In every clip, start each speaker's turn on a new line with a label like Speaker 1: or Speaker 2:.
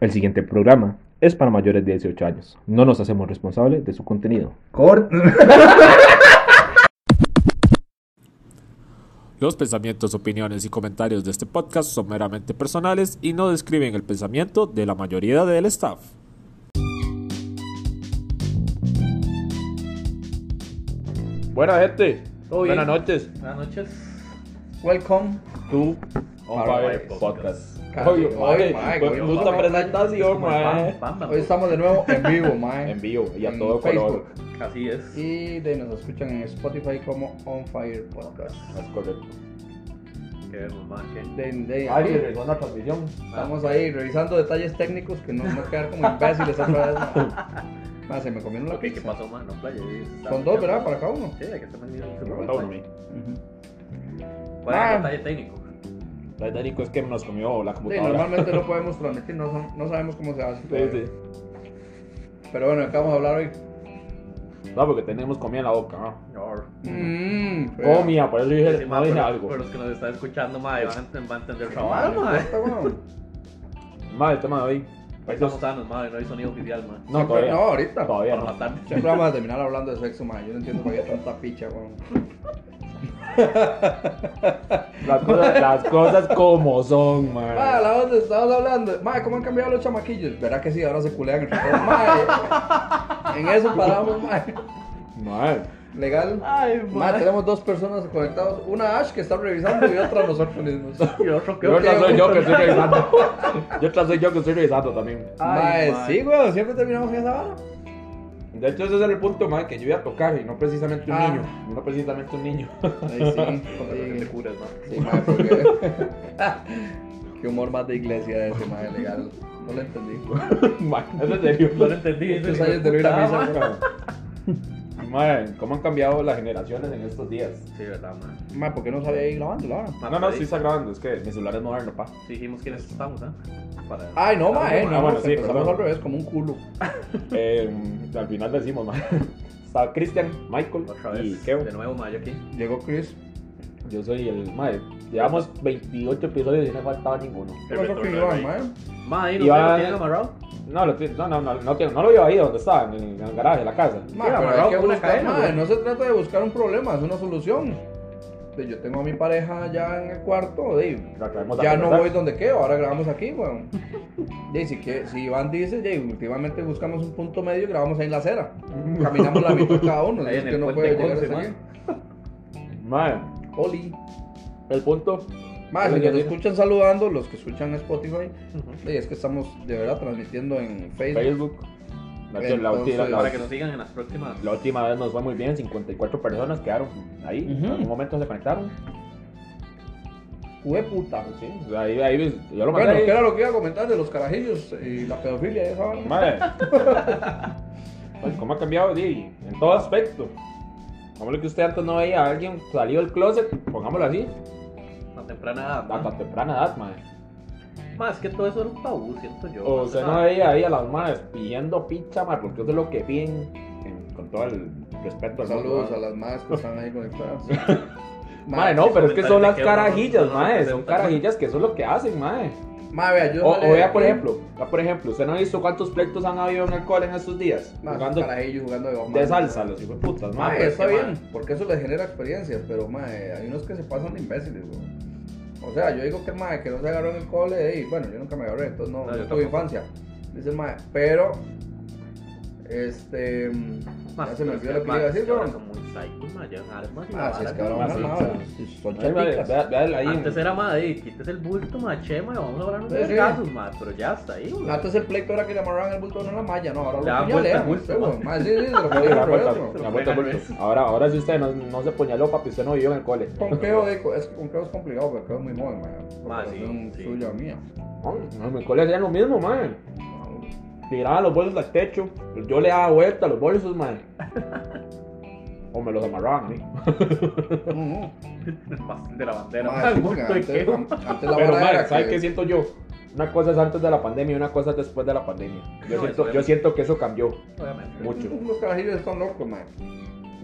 Speaker 1: El siguiente programa es para mayores de 18 años. No nos hacemos responsables de su contenido.
Speaker 2: Cor-
Speaker 3: Los pensamientos, opiniones y comentarios de este podcast son meramente personales y no describen el pensamiento de la mayoría del staff. Buena gente,
Speaker 2: Todo bien.
Speaker 3: buenas noches.
Speaker 2: Buenas noches. Welcome.
Speaker 3: Tú, on
Speaker 2: Fire
Speaker 3: Fire Podcast.
Speaker 2: Casi,
Speaker 3: Oye, mae,
Speaker 2: oye, mae,
Speaker 3: fue
Speaker 2: coño,
Speaker 3: puta
Speaker 2: mae.
Speaker 3: presentación, mae.
Speaker 2: Hoy estamos de nuevo en vivo, mae.
Speaker 3: En vivo y a
Speaker 2: En
Speaker 3: todo color.
Speaker 2: Facebook.
Speaker 4: Así es.
Speaker 2: Y de nos escuchan en Spotify como On Fire Podcast.
Speaker 3: Ah, Es correcto.
Speaker 4: Que vemos más que.
Speaker 2: De, de-
Speaker 1: Ay, regresó una transmisión.
Speaker 2: estamos ahí revisando detalles técnicos que nos van a quedar como imbéciles otra vez. mae. Mae, se me comieron la
Speaker 4: Ok, ¿Qué
Speaker 2: pizza.
Speaker 4: pasó más? No, playa. ahí está.
Speaker 2: Son dos, ¿verdad? Para cada uno.
Speaker 4: Sí, hay que estar pendiente de
Speaker 2: Pero
Speaker 4: eso.
Speaker 2: bueno.
Speaker 4: ¿Cuál es
Speaker 2: Ah.
Speaker 4: el detalle técnico?
Speaker 3: La técnico es que nos comió la
Speaker 2: Sí,
Speaker 3: computadora.
Speaker 2: normalmente no podemos transmitir, no, son- no sabemos cómo se hace.
Speaker 3: Sí,
Speaker 2: todavía. Pero bueno, acá vamos a hablar hoy.
Speaker 3: sí. No, porque tenemos comida en la boca. ¿no?
Speaker 4: No.
Speaker 3: Mm.
Speaker 2: Mmm,
Speaker 3: Comida, por eso dije,
Speaker 4: Sí,
Speaker 3: no
Speaker 4: ma,
Speaker 3: dije
Speaker 4: pero-
Speaker 3: algo.
Speaker 4: Pero los que nos están escuchando, madre, van a ent- van a entender trabajo, madre.
Speaker 2: No,
Speaker 3: Madre, tema de hoy.
Speaker 4: Hoy estamos sanos, madre, Pues no hay sonido oficial, madre.
Speaker 3: No, todavía.
Speaker 2: no, ahorita.
Speaker 3: Todavía
Speaker 4: Por
Speaker 3: no.
Speaker 4: la tarde.
Speaker 2: Siempre vamos a terminar hablando de sexo, man. Yo no entiendo por qué tanta picha, weón.
Speaker 3: Las cosas, las cosas como son, man.
Speaker 2: Ma, la otra estabas hablando. Ma, ¿cómo han cambiado los chamaquillos? Verá que sí, ahora se culean entre todos. Ma, en eso paramos, ma.
Speaker 3: Man.
Speaker 2: Legal.
Speaker 4: Ay,
Speaker 2: Ma, tenemos dos personas conectadas. Una Ash que está revisando y otra nosotros mismos.
Speaker 4: Y otro que
Speaker 3: Yo otra
Speaker 2: que
Speaker 3: soy yo
Speaker 2: un
Speaker 3: que estoy revisando. Yo otra soy yo que estoy revisando también.
Speaker 4: Ay,
Speaker 2: ma,
Speaker 4: ma.
Speaker 2: sí, weón. Siempre terminamos en esa vara.
Speaker 3: De hecho, ese es el punto, man, que yo iba a tocar y no precisamente un
Speaker 2: Ah.
Speaker 3: niño. Y no precisamente un niño.
Speaker 2: Ay,
Speaker 4: Con lo que te
Speaker 2: sí.
Speaker 4: curas, madre.
Speaker 2: Sí, ma, porque... Qué humor más de iglesia ese, ma, legal. No lo entendí.
Speaker 3: Man, eso es serio.
Speaker 4: No lo entendí.
Speaker 2: Muchos años de no ir a misa, weón.
Speaker 3: Man, ¿cómo han cambiado las generaciones en estos días?
Speaker 4: Sí, verdad, madre.
Speaker 2: Ma, ¿por qué no sabía ir grabando la hora?
Speaker 4: Ma,
Speaker 3: no, no,
Speaker 4: pero
Speaker 3: sí
Speaker 4: ahí
Speaker 3: está grabando, es que mi celular es moderno, pa.
Speaker 4: sí dijimos quiénes estamos, ¿ah? Para-
Speaker 2: Ay, no, ma, eh,
Speaker 3: Ah,
Speaker 2: no,
Speaker 3: bueno, sí,
Speaker 2: empezamos
Speaker 3: perdón.
Speaker 2: al revés, como un culo.
Speaker 3: Eh, al final decimos, man. Está Christian, Michael
Speaker 4: Otra
Speaker 3: y
Speaker 4: vez.
Speaker 3: Keo.
Speaker 4: De nuevo, madre, yo aquí.
Speaker 2: Llegó Chris.
Speaker 3: Yo soy el madre. Llevamos 28 episodios y no he faltado ninguno.
Speaker 2: ¿Qué
Speaker 4: El
Speaker 2: pasó con
Speaker 4: retorno
Speaker 2: Iván,
Speaker 4: del
Speaker 2: ma?
Speaker 4: rey. Ma, ahí no sé,
Speaker 3: Iván-
Speaker 4: ¿lo tienen amarrado?
Speaker 3: No, lo, estoy- no, no, no, no, tengo- no lo veo ahí donde estaba, en el, en el garaje de la casa.
Speaker 2: Ma, pero hay
Speaker 4: Mira, amarrado
Speaker 2: que
Speaker 4: con una
Speaker 2: buscar,
Speaker 4: cadena,
Speaker 2: ma,
Speaker 4: güey.
Speaker 2: no se trata de buscar un problema, es una solución. Si Yo tengo a mi pareja ya en el cuarto, di,
Speaker 3: La traemos a
Speaker 2: ya no
Speaker 3: conversar.
Speaker 2: voy donde quedo, ahora grabamos aquí, weón. Y si, que, si Iván dice, di, últimamente buscamos un punto medio y grabamos ahí en la acera. Caminamos la mitad cada uno,
Speaker 4: Ahí
Speaker 2: Pues es
Speaker 4: en
Speaker 2: que
Speaker 4: el
Speaker 2: no
Speaker 4: puente
Speaker 2: puede llegar
Speaker 4: Conce,
Speaker 2: hasta
Speaker 4: ma.
Speaker 2: aquí.
Speaker 3: Madre,
Speaker 2: Oli.
Speaker 3: el punto.
Speaker 2: Más, si
Speaker 3: Oiga,
Speaker 2: nos
Speaker 3: mira.
Speaker 2: escuchan saludando, los que escuchan Spotify, di, es que estamos de verdad transmitiendo en
Speaker 3: Facebook.
Speaker 2: Facebook.
Speaker 3: La, la- la- la-
Speaker 2: Entonces-
Speaker 4: Para que nos sigan en las próximas.
Speaker 3: la última vez nos fue muy bien, 54 personas quedaron ahí. En
Speaker 2: Ujú.
Speaker 3: algún momento se conectaron.
Speaker 2: Jue puta.
Speaker 3: Sí, o sea, ahí, ahí yo lo mandé.
Speaker 2: Bueno,
Speaker 3: ahí.
Speaker 2: ¿qué era lo que iba a comentar de los carajillos y la pedofilia y esa vara?
Speaker 3: Madre. Pues, ¿Cómo ha cambiado, Di? En todo aspecto. Como lo que usted antes no veía, alguien salió del closet, pongámoslo así,
Speaker 4: La temprana edad,
Speaker 3: a
Speaker 4: ma.
Speaker 3: tan temprana edad, madre.
Speaker 4: Más que todo eso era un tabú, siento yo.
Speaker 3: O
Speaker 4: Antes,
Speaker 3: usted
Speaker 4: ma,
Speaker 3: no veía ahí a las madres pidiendo pizza, madre, porque eso es lo que piden en- con todo el respeto al
Speaker 2: Saludos
Speaker 3: mundo,
Speaker 2: a
Speaker 3: madre.
Speaker 2: las madres que están ahí conectadas.
Speaker 3: pues, Madre, no, pero es que
Speaker 4: comentarios
Speaker 3: son las
Speaker 4: que uno no-
Speaker 3: carajillas,
Speaker 4: uno no
Speaker 3: madre, son
Speaker 4: representa.
Speaker 3: carajillas que eso es lo que hacen, madre.
Speaker 2: Madre, vea, yo
Speaker 3: O,
Speaker 2: sale
Speaker 3: o
Speaker 2: de
Speaker 3: vea, por
Speaker 2: aquí,
Speaker 3: ejemplo, vea, por ejemplo, ¿usted no ha visto cuántos pleitos han habido en alcohol en estos días?
Speaker 2: madre,
Speaker 3: Jugando
Speaker 2: carajillos jugando de bomba.
Speaker 3: de salsa, los hijos de putas,
Speaker 2: Madre,
Speaker 3: madre.
Speaker 2: Ah, está
Speaker 4: es que,
Speaker 2: bien,
Speaker 4: madre.
Speaker 2: porque eso les genera experiencias, pero madre, hay unos que se pasan de imbéciles, güey. O sea, yo digo que madre, que no se agarró en el cole, y bueno, yo nunca me agarré, entonces no,
Speaker 4: No,
Speaker 2: no
Speaker 4: yo
Speaker 2: tuve
Speaker 4: tampoco.
Speaker 2: infancia. Dice el madre, pero, este, mm,
Speaker 4: Más
Speaker 2: ya se me
Speaker 4: pero
Speaker 2: olvidó
Speaker 4: es
Speaker 2: lo que
Speaker 4: que
Speaker 2: iba a
Speaker 4: más
Speaker 2: decir,
Speaker 4: que ahora pues,
Speaker 2: güey.
Speaker 4: son muy psycho, ma, llevan armas y
Speaker 2: Ah, si es
Speaker 4: balas,
Speaker 2: que ahora
Speaker 4: ma,
Speaker 2: van
Speaker 3: sí,
Speaker 2: armados, son
Speaker 3: Ahí, madre,
Speaker 2: chaticas.
Speaker 3: vea- vea ahí en-
Speaker 4: Antes era madre, y quites el bulto, ma, chema, y vamos a hablar
Speaker 2: Sí,
Speaker 4: de
Speaker 2: sí.
Speaker 4: casos, ma, pero ya está ahí, güey.
Speaker 2: Antes el pleito era que le amarraban el bulto no a la malla, no, ahora
Speaker 4: Le dan
Speaker 2: lo
Speaker 4: vuelta
Speaker 2: puñalean.
Speaker 4: al bulto,
Speaker 2: güey.
Speaker 4: ¿no?
Speaker 2: Madre, sí, sí, se lo
Speaker 3: Madre, la
Speaker 2: puñalean por
Speaker 3: vuelta,
Speaker 2: eso.
Speaker 3: la vuelta,
Speaker 4: Juegan
Speaker 3: vuelta.
Speaker 4: eso.
Speaker 3: Ahora, ahora si usted no, no se puñaló, papi, usted no vivió en el cole.
Speaker 2: Con Keo, digo, es que con Keo es complicado porque Keo es muy joven, man.
Speaker 4: Ah,
Speaker 2: Porque
Speaker 4: sí,
Speaker 2: es un
Speaker 4: sí.
Speaker 2: suyo a mía.
Speaker 3: No, no, en el cole hacían lo mismo, madre. Tiraban los bolsos al techo, yo le daba vuelta a los bolsos, madre. O me los amarraban a mí.
Speaker 2: No, no.
Speaker 4: Más de la bandera, ma,
Speaker 2: Madre,
Speaker 4: el
Speaker 2: sí, porque
Speaker 4: bulto y
Speaker 2: Antes,
Speaker 4: qué.
Speaker 2: an- antes
Speaker 3: Pero,
Speaker 2: la vara
Speaker 3: madre,
Speaker 2: era
Speaker 3: ¿sabes
Speaker 2: que-
Speaker 3: qué siento yo? Una cosa es antes de la pandemia y una cosa es después de la pandemia. Yo,
Speaker 4: No,
Speaker 3: siento,
Speaker 4: eso
Speaker 3: yo
Speaker 4: es.
Speaker 3: siento que eso cambió
Speaker 4: Obviamente.
Speaker 3: mucho.
Speaker 2: Los carajillos están locos, man.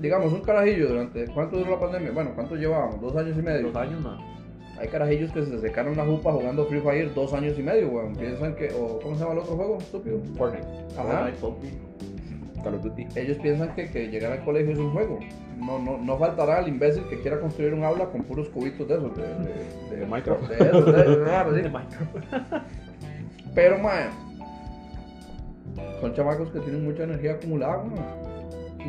Speaker 2: Digamos, un carajillo durante... ¿Cuánto duró la pandemia? Bueno, ¿cuánto llevábamos? ¿Dos años y medio?
Speaker 4: Dos años, ma.
Speaker 2: Hay carajillos que se secaron la jupa jugando Free Fire dos años y medio, weón. Piensan que. O, ¿Cómo se llama el otro juego? Estúpido.
Speaker 3: Mm. Fortnite,
Speaker 2: Ajá.
Speaker 3: Call of Duty.
Speaker 2: Ellos piensan que, que llegar al colegio es un juego. No, no, no faltará el imbécil que quiera construir un aula con puros cubitos de esos. De, de,
Speaker 3: De Minecraft.
Speaker 2: De esos, de- de- claro, sí. Pero, man, son chamacos que tienen mucha energía acumulada, weón.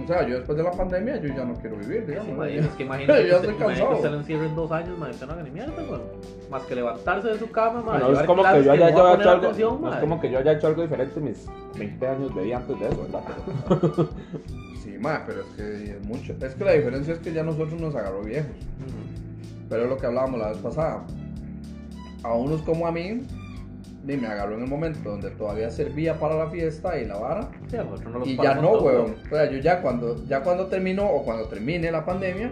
Speaker 2: O sea, yo después de la pandemia, yo ya no quiero vivir, digamos.
Speaker 4: Es que imagínate que
Speaker 2: yo estoy
Speaker 4: usted imagínate que usted lo
Speaker 2: cansado.
Speaker 4: encierre en dos años, madre, usted no haga ni mierda, weón. Más que levantarse de su cama, madre.
Speaker 3: No es
Speaker 4: llevar
Speaker 3: como que
Speaker 4: clases
Speaker 3: yo haya
Speaker 4: no va a
Speaker 3: yo hecho
Speaker 4: poner
Speaker 3: algo.
Speaker 4: atención,
Speaker 3: no es
Speaker 4: madre.
Speaker 3: como que yo haya hecho algo diferente mis 20 años de vida antes de eso, ¿verdad?
Speaker 2: Sí, man, pero es que es mucho. Es que la diferencia es que ya nosotros nos agarró viejos.
Speaker 4: Mm.
Speaker 2: Pero es lo que hablábamos la vez pasada. A unos como a mí, ni me agarró en el momento donde todavía servía para la fiesta y la vara.
Speaker 4: Sí, a nosotros nos los
Speaker 2: Y ya
Speaker 4: pagamos
Speaker 2: no,
Speaker 4: todo,
Speaker 2: weón. O sea, yo ya cuando, ya cuando terminó o cuando termine la pandemia,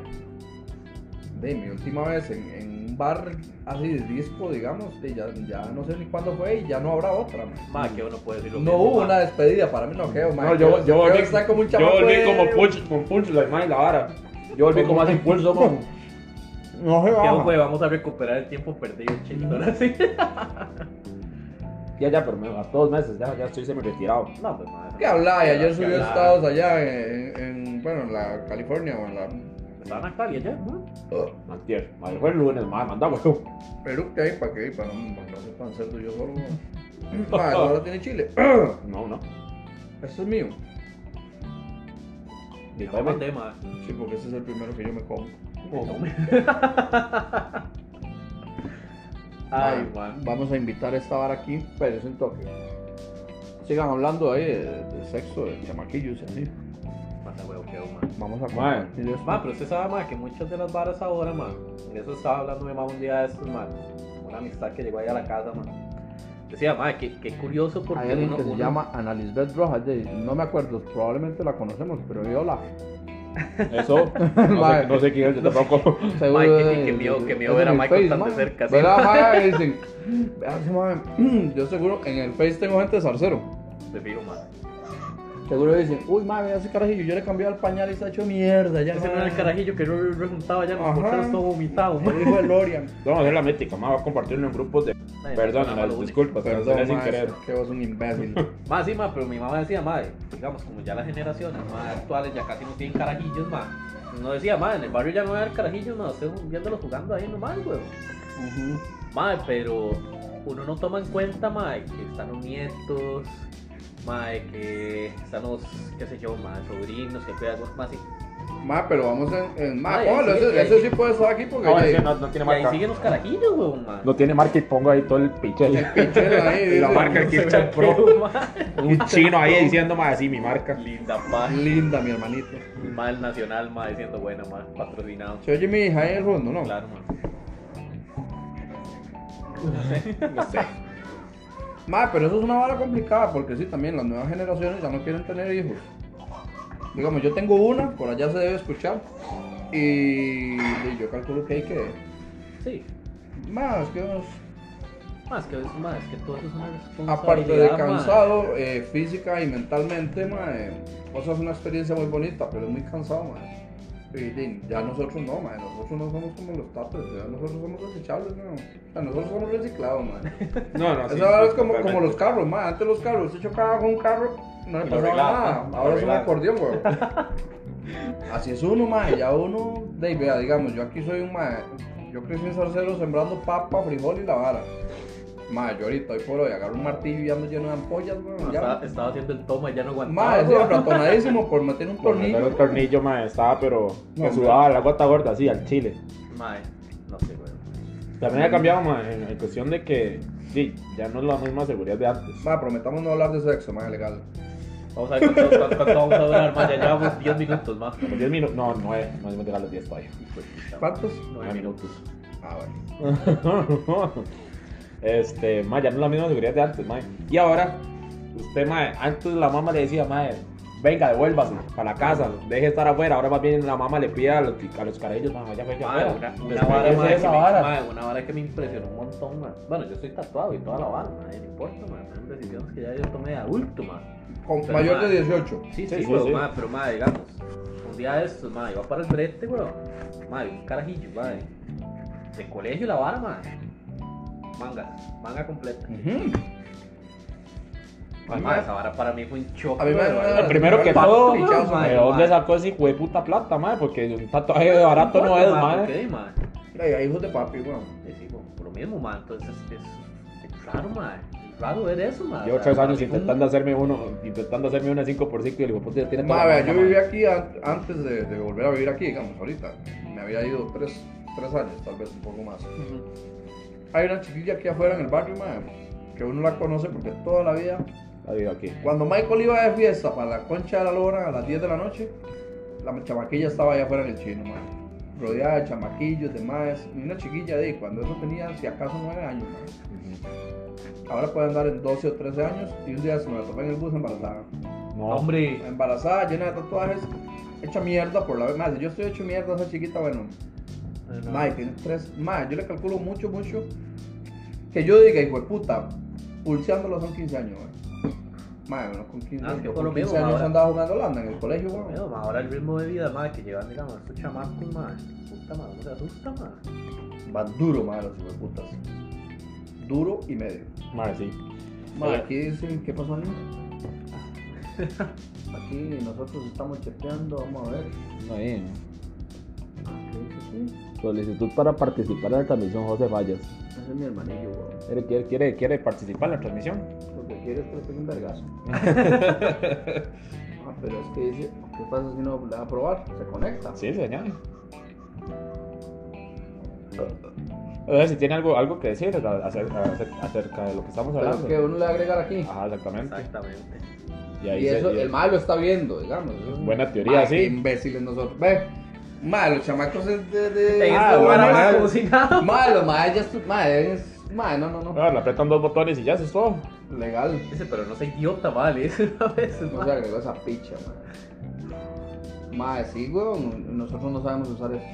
Speaker 2: de mi última vez en, en un bar así de disco, digamos, de ya, ya no sé ni cuándo fue y ya no habrá otra. man.
Speaker 4: Madre, que uno puede decir lo
Speaker 2: No
Speaker 4: mismo, ah.
Speaker 2: hubo
Speaker 4: madre.
Speaker 2: una despedida, para mí no quedó, man.
Speaker 3: No, yo, yo volví,
Speaker 2: está como un
Speaker 3: yo
Speaker 2: chamaco
Speaker 3: volví
Speaker 2: de-
Speaker 3: como punch, con punch la imagen y la vara. Yo volví con más impulso, como.
Speaker 1: No se
Speaker 4: Que, güey, vamos a recuperar el tiempo perdido,
Speaker 2: Mm.
Speaker 4: chingón, ahora sí.
Speaker 3: Ya, ya, pero me va dos meses, ya, ya estoy semi retirado.
Speaker 4: No, pues, madre.
Speaker 2: ¿Qué hablaba? Y ayer
Speaker 4: ¿Qué
Speaker 2: subió
Speaker 4: hablaba?
Speaker 2: estados allá en, en- bueno, en la California o en la...
Speaker 4: Estaban actual y allá, ¿no?
Speaker 3: Antier, madre, fue el lunes, madre, manda, weón.
Speaker 2: Perú que hay para que para no, para no ser tan cerdo yo solo. weón. Ma, eso ahora tiene Chile.
Speaker 3: No, no.
Speaker 2: Este es mío.
Speaker 3: Y
Speaker 4: Ya me
Speaker 3: tome.
Speaker 4: mandé, madre.
Speaker 2: Sí, porque ese es el primero que yo me como. Oh.
Speaker 4: Ay,
Speaker 2: Ma,
Speaker 4: madre.
Speaker 2: Vamos a invitar a esta vara aquí, pero es en Tokio. Sigan hablando ahí de, de sexo, de chamaquillos y así.
Speaker 4: Mata, huevo, quedó, madre.
Speaker 2: Vamos a
Speaker 3: Ma.
Speaker 2: compartir esto.
Speaker 4: Ma, pero usted sabe, ma, que muchas de las varas ahora, ma, de eso estaba hablando mi mamá un día de estos, ma, una amistad que llegó allá a la casa, ma. Decía, ma, que, que curioso porque
Speaker 2: Hay alguien
Speaker 4: uno-
Speaker 2: que se
Speaker 4: uno-
Speaker 2: llama Analisbeth Rojas, de- no me acuerdo, probablemente la conocemos, pero yo la...
Speaker 3: Eso, no sé,
Speaker 2: Madre.
Speaker 3: no sé quién es, yo tampoco.
Speaker 2: Seguro
Speaker 4: Mike, que-
Speaker 2: de-
Speaker 4: que mío- que
Speaker 2: es
Speaker 4: mío
Speaker 2: en
Speaker 4: ver a
Speaker 2: el
Speaker 4: Michael
Speaker 2: Face,
Speaker 4: tan de
Speaker 2: mae.
Speaker 4: cerca, sí.
Speaker 2: Ver a mae, dicen, "Vea ese mae, yo seguro en el Face tengo gente de zarcero.
Speaker 4: Te fijo, ma.
Speaker 2: Seguro dicen, uy, mae, vea ese carajillo, yo le cambié el pañal y se ha hecho mierda. Ya
Speaker 4: Ese
Speaker 2: mae".
Speaker 4: no era el carajillo que yo rejuntaba allá en los
Speaker 2: Ajá.
Speaker 4: porteros todo vomitado, ma.
Speaker 2: El hijo de Lorian.
Speaker 3: Vamos a hacer la mítica, madre, voy a compartirlo en grupos de.
Speaker 4: Ay,
Speaker 3: Perdón,
Speaker 4: no, no,
Speaker 3: las
Speaker 4: no,
Speaker 3: disculpas,
Speaker 2: Perdón,
Speaker 3: cancelé sin
Speaker 2: mae,
Speaker 3: querer.
Speaker 2: que vos un imbécil.
Speaker 4: Ma, sí, ma, pero mi mamá decía, ma, digamos, como ya las generaciones más actuales ya casi no tienen carajillos, ma. No decía, ma, en el barrio ya no va a haber carajillos, no, ustedes viéndolos jugando ahí nomás, weón.
Speaker 2: Ujú.
Speaker 4: Mae, pero uno no toma en cuenta, mae, que están los nietos, mae, que están los, qué sé yo, mae, sobrinos, que cuidan cosas más así.
Speaker 2: Mae, pero vamos en... en mae,
Speaker 4: Ay, ahí
Speaker 2: póngalo,
Speaker 4: sigue,
Speaker 2: ese,
Speaker 4: ahí
Speaker 2: ese
Speaker 4: sigue.
Speaker 2: sí puede estar aquí porque...
Speaker 3: No,
Speaker 2: ya-
Speaker 3: ese no, no tiene
Speaker 4: Y ahí
Speaker 3: marca.
Speaker 4: siguen los carajillos, weón, mae.
Speaker 3: No tiene marca y pongo ahí todo el pichel.
Speaker 2: Pichela ahí,
Speaker 3: La
Speaker 2: dice,
Speaker 3: marca
Speaker 2: no
Speaker 3: que
Speaker 2: se
Speaker 3: está
Speaker 2: ve.
Speaker 3: pro. Un chino ahí diciendo, madre, sí, mi marca.
Speaker 4: Linda, pa.
Speaker 2: Linda, mi hermanito.
Speaker 4: Y mae, el nacional, mae, siendo buena, mae, patrocinado.
Speaker 2: Se oye mi hija ahí en el rondo, ¿no?
Speaker 4: Claro, mae.
Speaker 3: No sé.
Speaker 2: Ma, pero eso es una vara complicada porque sí, también las nuevas generaciones ya no quieren tener hijos. Digamos, yo tengo una, por allá se debe escuchar. Y, y yo calculo que hay que.
Speaker 4: Sí.
Speaker 2: Más que unos-
Speaker 4: Más que eso, mae, es que todo eso es una responsabilidad,
Speaker 2: aparte de
Speaker 4: mae.
Speaker 2: cansado, eh, física y mentalmente, ma, eh, o sea, es una experiencia muy bonita, pero es muy cansado, ma. Y, y ya nosotros no, ma, nosotros no somos como los tates, ya nosotros somos desechables, no. O sea, nosotros somos reciclados, ma.
Speaker 3: No, no, Ah, sí,
Speaker 2: Esa vara
Speaker 3: sí,
Speaker 2: es como, como
Speaker 3: totalmente.
Speaker 2: los carros, ma. Antes los carros, se chocaba con un carro, no le
Speaker 3: Y lo
Speaker 2: pasaba
Speaker 3: arreglaba,
Speaker 2: nada.
Speaker 3: lo
Speaker 2: Ahora es un
Speaker 3: arreglaba.
Speaker 2: acordeón, weón. Así es uno, ma. Ya uno, de, vea, digamos, yo aquí soy un ma. Yo crecí en Sarcelo sembrando papa, frijol y la vara. Ma, yo ahorita hoy por hoy agarro un martillo y ando lleno de ampollas, weón. ya.
Speaker 4: Estaba, estaba haciendo el toma y ya no
Speaker 2: Ma,
Speaker 4: aguantaba.
Speaker 2: es
Speaker 4: weón.
Speaker 2: ratonadísimo por meter un
Speaker 3: Por meter
Speaker 2: tornillo.
Speaker 3: el tornillo, madre, estaba, pero que
Speaker 2: hombre.
Speaker 3: sudaba la gota gorda, así, al chile.
Speaker 4: Mae, no sé, weón.
Speaker 3: También ha cambiado, madre, en, en cuestión de que, sí, ya no es la misma seguridad de antes.
Speaker 2: Ma, prometamos no hablar de sexo, ma, legal.
Speaker 4: Vamos a ver cuánto, cuánto- cuánto vamos a durar, ma. Ya llevamos 10 minutos más.
Speaker 3: Como 10 minutos, no, 9, no hemos llegado a los 10 todavía.
Speaker 2: ¿Cuántos?
Speaker 4: 9 minutos.
Speaker 2: Ah, bueno.
Speaker 3: este, ma, ya no es la misma seguridad de antes, ma. Y ahora, usted, ma, antes la mamá le decía, ma, venga, devuélvase para la casa, deje de estar afuera. Ahora más bien la mamá le pide a los, a los carajillos, ma, ya venga
Speaker 4: Mae,
Speaker 3: afuera.
Speaker 4: Ah, una, una
Speaker 3: Despeguese
Speaker 4: vara,
Speaker 3: de
Speaker 4: mae, que
Speaker 3: esa
Speaker 4: me-
Speaker 3: vara.
Speaker 4: mae, una vara que me impresionó un montón, mae. Bueno, yo soy tatuado y toda la vara, mae, no importa, mae. Son decisiones que ya yo tomé de adulto, mae.
Speaker 2: Con
Speaker 4: Pero,
Speaker 2: mayor
Speaker 4: ma.
Speaker 2: de 18.
Speaker 4: Sí,
Speaker 3: Sí,
Speaker 4: sí,
Speaker 3: sí,
Speaker 4: weón,
Speaker 3: sí.
Speaker 4: mae, pero mae, digamos, un día de estos, mae, iba para el brete, weón. Mae, un carajillo, mae. de colegio y la vara, ma. Manga, manga completa.
Speaker 3: Mm,
Speaker 2: Ujú.
Speaker 4: Ma, esa vara para mí fue un choque.
Speaker 2: A mí me-
Speaker 4: de verdad.
Speaker 3: Primero que
Speaker 2: Pato,
Speaker 3: todo, pues,
Speaker 2: pichazo,
Speaker 3: ¿de
Speaker 4: mae,
Speaker 3: dónde
Speaker 4: mae.
Speaker 3: sacó ese hijo de puta plata, mae? Porque un tatuaje de barato no es,
Speaker 4: Ma,
Speaker 3: mae.
Speaker 4: ok, ma.
Speaker 2: Mira, y hay hijos de papi, weón.
Speaker 4: Decimos, pues, por lo mismo, ma. Entonces es, es raro, ma. Es raro ver eso, ma.
Speaker 3: Llevo tres años intentando hacerme uno, intentando hacerme una 5x5 y el hijo de puta ya tiene toda
Speaker 2: Ma,
Speaker 3: la
Speaker 2: vea,
Speaker 3: manga,
Speaker 2: yo
Speaker 3: mae.
Speaker 2: viví aquí an- antes de, de volver a vivir aquí, digamos, ahorita. Me había ido tres, tres años, tal vez un poco más. Hay una chiquilla aquí afuera en el barrio, ma, que uno la conoce porque toda la vida
Speaker 3: La vivo aquí.
Speaker 2: Cuando Michael iba de fiesta para la concha de la lora a las 10 de la noche, la chamaquilla estaba allá afuera en el chino, man. Rodeada de chamaquillos, de más. Y una chiquilla de ahí, cuando eso tenía si acaso 9 años, man. Ahora puede andar en 12 o 13 años y un día se me la topé en el bus embarazada.
Speaker 3: No,
Speaker 4: Hombre.
Speaker 2: Embarazada, llena de tatuajes, hecha mierda por la vez. Más, yo estoy hecho mierda esa chiquita, bueno. Mae, tiene tres. Mae, yo le calculo mucho, mucho. Que yo diga, hijo de puta, pulseándolo son 15 años, mae. Mae, uno con 15,
Speaker 4: Ah, es que
Speaker 2: con
Speaker 4: por lo
Speaker 2: 15
Speaker 4: mismo,
Speaker 2: años
Speaker 4: ahora.
Speaker 2: andaba jugando Holanda en el colegio, weón.
Speaker 4: Bueno, ma, ahora el ritmo de vida, ma, que llevan, digamos, estos chamacos, ma. Puta, ma, no se asusta, ma.
Speaker 2: Va duro, mae, los hijos de putas. Duro y medio.
Speaker 3: mae, sí.
Speaker 2: Mae,
Speaker 3: Oye.
Speaker 2: aquí dicen, ¿qué pasó, niño? Aquí nosotros estamos chequeando, vamos a ver. Ah,
Speaker 3: No, ahí, ¿no?
Speaker 2: ¿Qué dice aquí?
Speaker 3: Solicitud para participar en la transmisión José Fallas.
Speaker 2: Ese es mi hermanillo, weón.
Speaker 3: ¿Quiere, quiere, quiere, quiere participar en la transmisión?
Speaker 2: Lo que quiere es que le pegue un vergazo. ah, pero es que dice, ¿qué pasa si no la va a probar? Se conecta.
Speaker 3: Sí, señor. A ver si tiene algo, algo que decir a- acerca, acerca- acerca de lo que estamos
Speaker 2: Pero que
Speaker 3: hablando.
Speaker 2: uno le va a agregar aquí.
Speaker 3: Ajá, exactamente.
Speaker 4: Exactamente.
Speaker 3: Ah, Y
Speaker 2: y
Speaker 3: ahí se-
Speaker 2: eso,
Speaker 3: y-
Speaker 2: el mal lo está viendo, digamos. Eso es un-
Speaker 3: Buena teoría,
Speaker 2: Ay,
Speaker 3: sí.
Speaker 2: qué imbéciles nosotros. Ve, ma, los chamacos es de. de...
Speaker 4: Ey,
Speaker 3: Ah,
Speaker 4: esta
Speaker 3: bueno,
Speaker 4: vara,
Speaker 3: bueno.
Speaker 4: ma, como si nada.
Speaker 2: ma, los ma, ya estu- ma, es. Ma, no, no, no.
Speaker 3: Ah, le apretan dos botones y ya, eso es todo.
Speaker 2: Legal.
Speaker 4: Dice, pero no soy idiota, vale. Dice una vez,
Speaker 2: No
Speaker 4: ma.
Speaker 2: se agregó esa picha, ma. Ma, sí, weón. Nosotros no sabemos usar esto.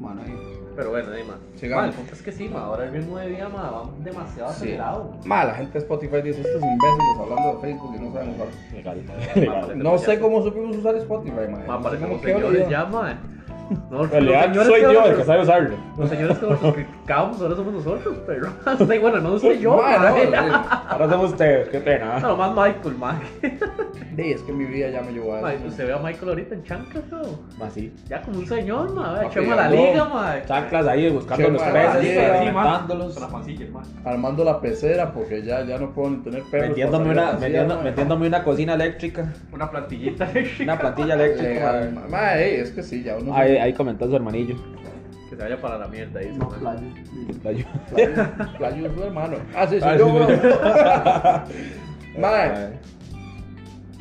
Speaker 2: Bueno, ahí.
Speaker 4: Pero bueno, Dima.
Speaker 2: Sigamos.
Speaker 4: Ma, el punto es que sí, ma. Ahora el ritmo de vida, ma, va demasiado
Speaker 2: Sí.
Speaker 4: acelerado.
Speaker 2: Ma, la gente de Spotify dice estos imbéciles hablando de Facebook y no saben usar.
Speaker 3: Legal, legal.
Speaker 2: No sé cómo supimos usar Spotify, ma.
Speaker 4: Ma,
Speaker 2: No sé
Speaker 4: parecemos
Speaker 2: cómo qué
Speaker 4: señores
Speaker 2: hora
Speaker 4: ya, ma. No,
Speaker 3: En realidad
Speaker 4: los
Speaker 3: soy
Speaker 4: señores
Speaker 3: yo
Speaker 4: que
Speaker 3: el que
Speaker 4: nos-
Speaker 3: sabe usarlo.
Speaker 4: Los señores que nos criticamos ahora somos nosotros, pero. Sí, bueno, no soy yo,
Speaker 2: Ma,
Speaker 4: ma.
Speaker 2: no, no, no.
Speaker 3: Ahora somos ustedes, qué pena.
Speaker 4: No, más Michael, ma.
Speaker 2: Di, es que mi vida ya me llevó a
Speaker 4: Ma,
Speaker 2: eso.
Speaker 4: Se ve a Michael ahorita en chanclas, bro.
Speaker 3: Más sí.
Speaker 4: Ya como un señor, ma.
Speaker 2: Papi,
Speaker 4: Echemos la
Speaker 2: no.
Speaker 4: liga, ma.
Speaker 3: Chanclas ahí buscando
Speaker 2: Che,
Speaker 3: los
Speaker 2: ma,
Speaker 3: peces,
Speaker 2: sí,
Speaker 4: sí, ma.
Speaker 3: alimentándolos.
Speaker 4: pancilla, ma.
Speaker 2: Armando la pecera porque ya, ya no puedo ni tener perros.
Speaker 3: Metiéndome
Speaker 2: para
Speaker 3: una,
Speaker 2: salir a
Speaker 3: metiendo-
Speaker 2: pasear,
Speaker 3: metiéndome una cocina eléctrica,
Speaker 4: Una plantillita.
Speaker 3: una plantilla
Speaker 2: ma.
Speaker 3: eléctrica.
Speaker 2: Legal,
Speaker 3: ma.
Speaker 2: ma. Eh, Ma, ey, es que sí, ya uno.
Speaker 3: Ahí, ahí comentó su hermanillo.
Speaker 4: Que se vaya para la mierda, dice.
Speaker 2: No,
Speaker 4: ma.
Speaker 2: playo.
Speaker 3: La ayuda.
Speaker 2: Playo, playo es su hermano. Ah, sí, sí,
Speaker 3: Ah,
Speaker 2: yo,
Speaker 3: sí,
Speaker 2: weón.
Speaker 3: sí.
Speaker 2: Ma,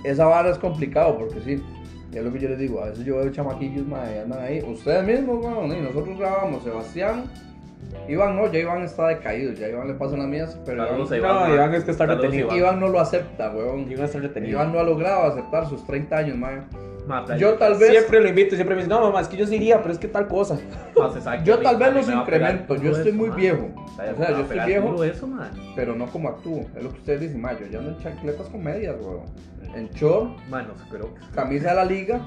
Speaker 2: esa vara es complicado porque sí. Es lo que yo les digo, a veces yo veo chamaquillos, ma, y andan ahí. Ustedes mismos, weón, y nosotros grabamos, Sebastián. Iván no, ya Iván está decaído, ya Iván le pasan las mías, pero
Speaker 4: Saludos a
Speaker 2: Iván,
Speaker 3: No,
Speaker 4: ma.
Speaker 3: Iván es que está
Speaker 4: Saludos,
Speaker 3: retenido.
Speaker 4: Iván.
Speaker 2: Iván no lo acepta, weón.
Speaker 3: Yo iba a estar retenido.
Speaker 2: Iván no ha logrado aceptar sus 30 años, man.
Speaker 4: Ma, playo.
Speaker 2: Yo tal vez.
Speaker 3: Siempre lo invito, siempre me dice, no mamá, es que yo sí iría, pero es que tal cosa.
Speaker 4: Ah, se sabe que
Speaker 2: Yo
Speaker 4: a mí-
Speaker 2: tal
Speaker 4: a
Speaker 2: vez
Speaker 4: mí
Speaker 2: los
Speaker 4: me va a pegar
Speaker 2: incremento, yo
Speaker 4: duro
Speaker 2: estoy
Speaker 4: eso,
Speaker 2: muy
Speaker 4: ma.
Speaker 2: viejo.
Speaker 4: O
Speaker 2: O sea, yo estoy viejo,
Speaker 4: eso, man.
Speaker 2: pero no como actúo. Es lo que ustedes dicen, ma, yo ya ando en chancletas con medias, weón. En short,
Speaker 4: Mano, creo que
Speaker 2: camisa de la liga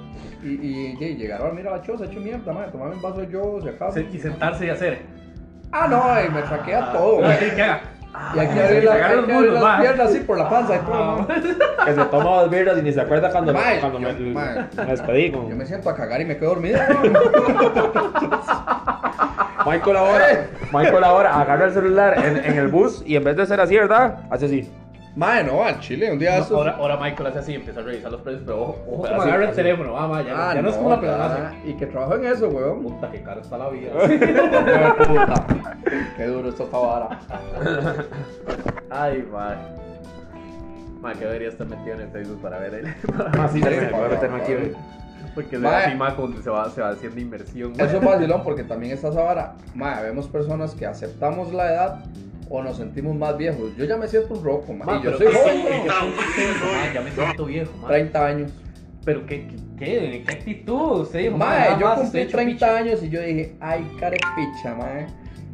Speaker 2: y, y, y llegaron a mira la choza, hecho mierda, ma, tomarme un vaso de yo, se acaba.
Speaker 4: se- y sentarse y hacer.
Speaker 2: Ah, no, eh, y me traquea todo,
Speaker 4: Ah,
Speaker 2: weón.
Speaker 4: sí, que haga.
Speaker 2: Y aquí
Speaker 4: Ah,
Speaker 2: abrí, la, hay
Speaker 4: se agarra los Ah.
Speaker 2: que abrir
Speaker 4: muslos,
Speaker 2: las
Speaker 4: ma.
Speaker 2: piernas así por la panza y todo, ma.
Speaker 3: Que se toma dos birras y ni se acuerda cuando,
Speaker 2: Mae,
Speaker 3: cuando
Speaker 2: yo-
Speaker 3: me,
Speaker 2: mae.
Speaker 3: me despedí. como,
Speaker 2: Yo me siento a cagar y me quedo dormido. weón.
Speaker 3: Michael ahora, Michael ahora agarra el celular en, en el bus y en vez de hacer así, ¿verdad? Hace así.
Speaker 2: Ma, no, al chile, un día de
Speaker 4: No,
Speaker 2: esos-
Speaker 4: ahora, ahora Michael hace así, empieza a revisar los precios, pero ojo, ojo
Speaker 3: Pero
Speaker 4: como
Speaker 3: así,
Speaker 4: agarra el
Speaker 3: así.
Speaker 4: teléfono, va, va, ya,
Speaker 2: Ah,
Speaker 4: ya no, es como la
Speaker 2: ya.
Speaker 4: pedonaza.
Speaker 2: Y que trabajo en eso, weón.
Speaker 4: Puta, que cara está la vida.
Speaker 2: Puta, Qué duro esto está vara.
Speaker 4: Ay, man. Man, que debería estar metido en el Facebook para ver él. para ver-
Speaker 3: Así, déjame, voy a meterme aquí. ¿ve?
Speaker 4: Ah, Porque se
Speaker 2: Ma.
Speaker 4: ve así, ma, como que se va, se va haciendo inmersión. ma.
Speaker 2: Eso es vacilón porque también está esa vara. Mae, vemos personas que aceptamos la edad o nos sentimos más viejos. Yo ya me siento un roco, mae.
Speaker 4: Ma,
Speaker 2: y yo
Speaker 4: pero
Speaker 2: soy
Speaker 4: ¿qué-
Speaker 2: joven,
Speaker 4: qué-
Speaker 2: weón.
Speaker 4: qué- qué- ma, Ya me siento viejo, ma.
Speaker 2: 30 años.
Speaker 4: Pero qué, qué, qué, qué actitud, usted dijo, ma,
Speaker 2: Mae,
Speaker 4: nada
Speaker 2: yo
Speaker 4: más
Speaker 2: cumplí
Speaker 4: estoy hecho
Speaker 2: 30 años y yo dije, ay, carepicha, mae.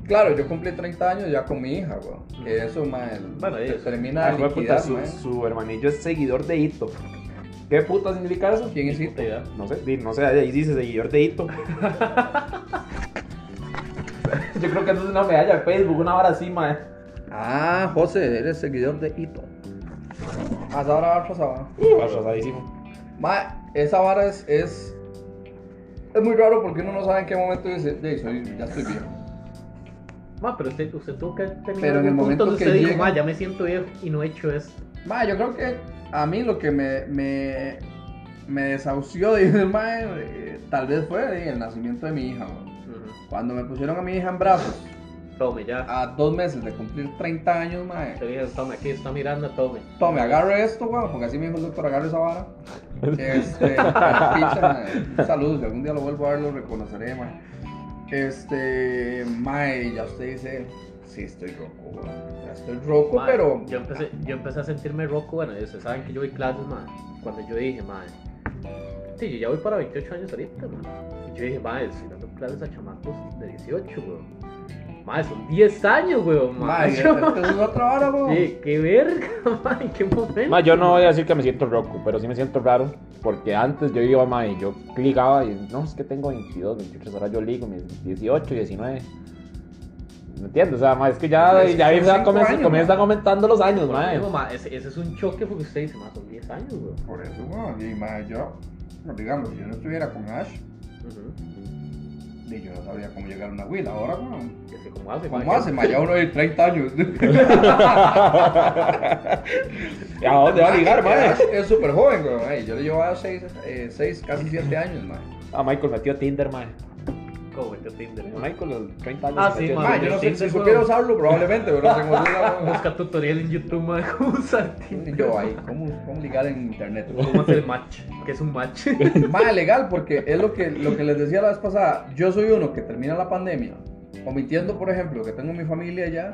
Speaker 2: Claro, yo cumplí 30 años ya con mi hija, weón. Que eso, mae,
Speaker 4: Bueno,
Speaker 2: te
Speaker 4: ellos-
Speaker 2: termina
Speaker 3: Ah,
Speaker 2: de
Speaker 3: hijo de puta,
Speaker 2: liquidar,
Speaker 3: su,
Speaker 2: mae.
Speaker 3: su hermanillo es seguidor de Ito. ¿Qué puta significa eso?
Speaker 2: ¿Quién es Ito?
Speaker 4: Puta idea.
Speaker 3: No sé, di- no sé, ahí dice seguidor de Hito. Yo creo que eso es una medalla de Facebook, una hora así, mae.
Speaker 2: Ah, José, eres seguidor de Ito. Ah, esa vara otra vara.
Speaker 3: Pasadísimo.
Speaker 2: Ma, esa vara es, es. Es muy raro porque uno no sabe en qué momento dice, "Dey, soy- ya estoy viejo.
Speaker 4: Ma, pero usted, usted tuvo que terminar
Speaker 2: Pero en
Speaker 4: algún
Speaker 2: el momento
Speaker 4: punto donde
Speaker 2: que
Speaker 4: usted dijo,
Speaker 2: llega-
Speaker 4: ma, ya me siento viejo y no he hecho esto.
Speaker 2: Ma, yo creo que a mí lo que me, me, me desahució de ma, eh, tal vez fue eh, el nacimiento de mi hija. ma. Cuando me pusieron a mi hija en brazos,
Speaker 4: Tome,
Speaker 3: Ah.
Speaker 4: ya.
Speaker 2: a dos meses de cumplir 30 años, ma,
Speaker 4: Te dije, tome, aquí está mirando, tome.
Speaker 2: tome, agarre esto, weón, porque así me dijo el doctor, agarre esa vara. Este, la ficha, mae. un saludo, si algún día lo vuelvo a ver, lo reconoceré, mae. Este, mae, ya usted dice, sí, estoy roco, weón. Ya estoy roco,
Speaker 4: Ma,
Speaker 2: pero.
Speaker 4: Yo empecé, yo empecé a sentirme roco, bueno, y ustedes saben que yo vi clases, ma, cuando yo dije, ma, sí, yo ya voy para 28 años ahorita, ma. Y yo dije, ma, estoy dando clases a chamacos de 18, weón. Ma, son 10 años, weón, ma.
Speaker 2: Mae,
Speaker 4: Yo-
Speaker 2: esto es otra vara, weón.
Speaker 4: Sí, qué verga, ma, en qué momento.
Speaker 3: Ma, yo no voy a decir que me siento roco, pero sí me siento raro. Porque antes yo iba, ma, y yo ligaba y no, es que tengo 22, 23, ahora yo ligo mis 18, 19. ¿Me entiendes? O sea, ma, es que ya,
Speaker 2: Es que
Speaker 3: ya
Speaker 2: son
Speaker 3: comienza-
Speaker 2: cinco
Speaker 3: comienzan,
Speaker 2: años,
Speaker 3: aumentando los años,
Speaker 4: Por lo
Speaker 3: ma.
Speaker 4: mismo, ma, ese, ese es un choque porque usted dice, ma, son 10 años, weón.
Speaker 2: Por eso, weón. Y mae, yo, no, digamos, si yo no estuviera con Ash,
Speaker 4: Ujú.
Speaker 2: ni yo no sabría cómo llegar a una huila ahora, weón.
Speaker 4: Ese, ¿Cómo hace? ma?
Speaker 2: ¿Cómo hace, mae? Ya uno de 30 años.
Speaker 3: ¿Y a dónde va a ligar, ma?
Speaker 2: Ash Es súper joven, weón. Ay, Yo le llevaba 6, eh, casi 7 años, mae.
Speaker 3: A Michael metió Tinder, ma.
Speaker 4: ¿Cómo metió Tinder, ma?
Speaker 3: Michael, a los 30 años.
Speaker 4: Ah,
Speaker 3: metió
Speaker 4: sí,
Speaker 3: Tinder.
Speaker 4: ma.
Speaker 2: Mae, yo no sé si supiera usarlo, probablemente, pero tengo duda, weón.
Speaker 4: Busca tutorial en YouTube, ma, de cómo usar Tinder.
Speaker 2: Yo ahí, ¿cómo, cómo ligar en internet?
Speaker 4: ¿Cómo hacer el match? ¿Qué es un match?
Speaker 2: Más legal, porque es lo que, lo que les decía la vez pasada. Yo soy uno que termina la pandemia, omitiendo, por ejemplo, que tengo mi familia ya,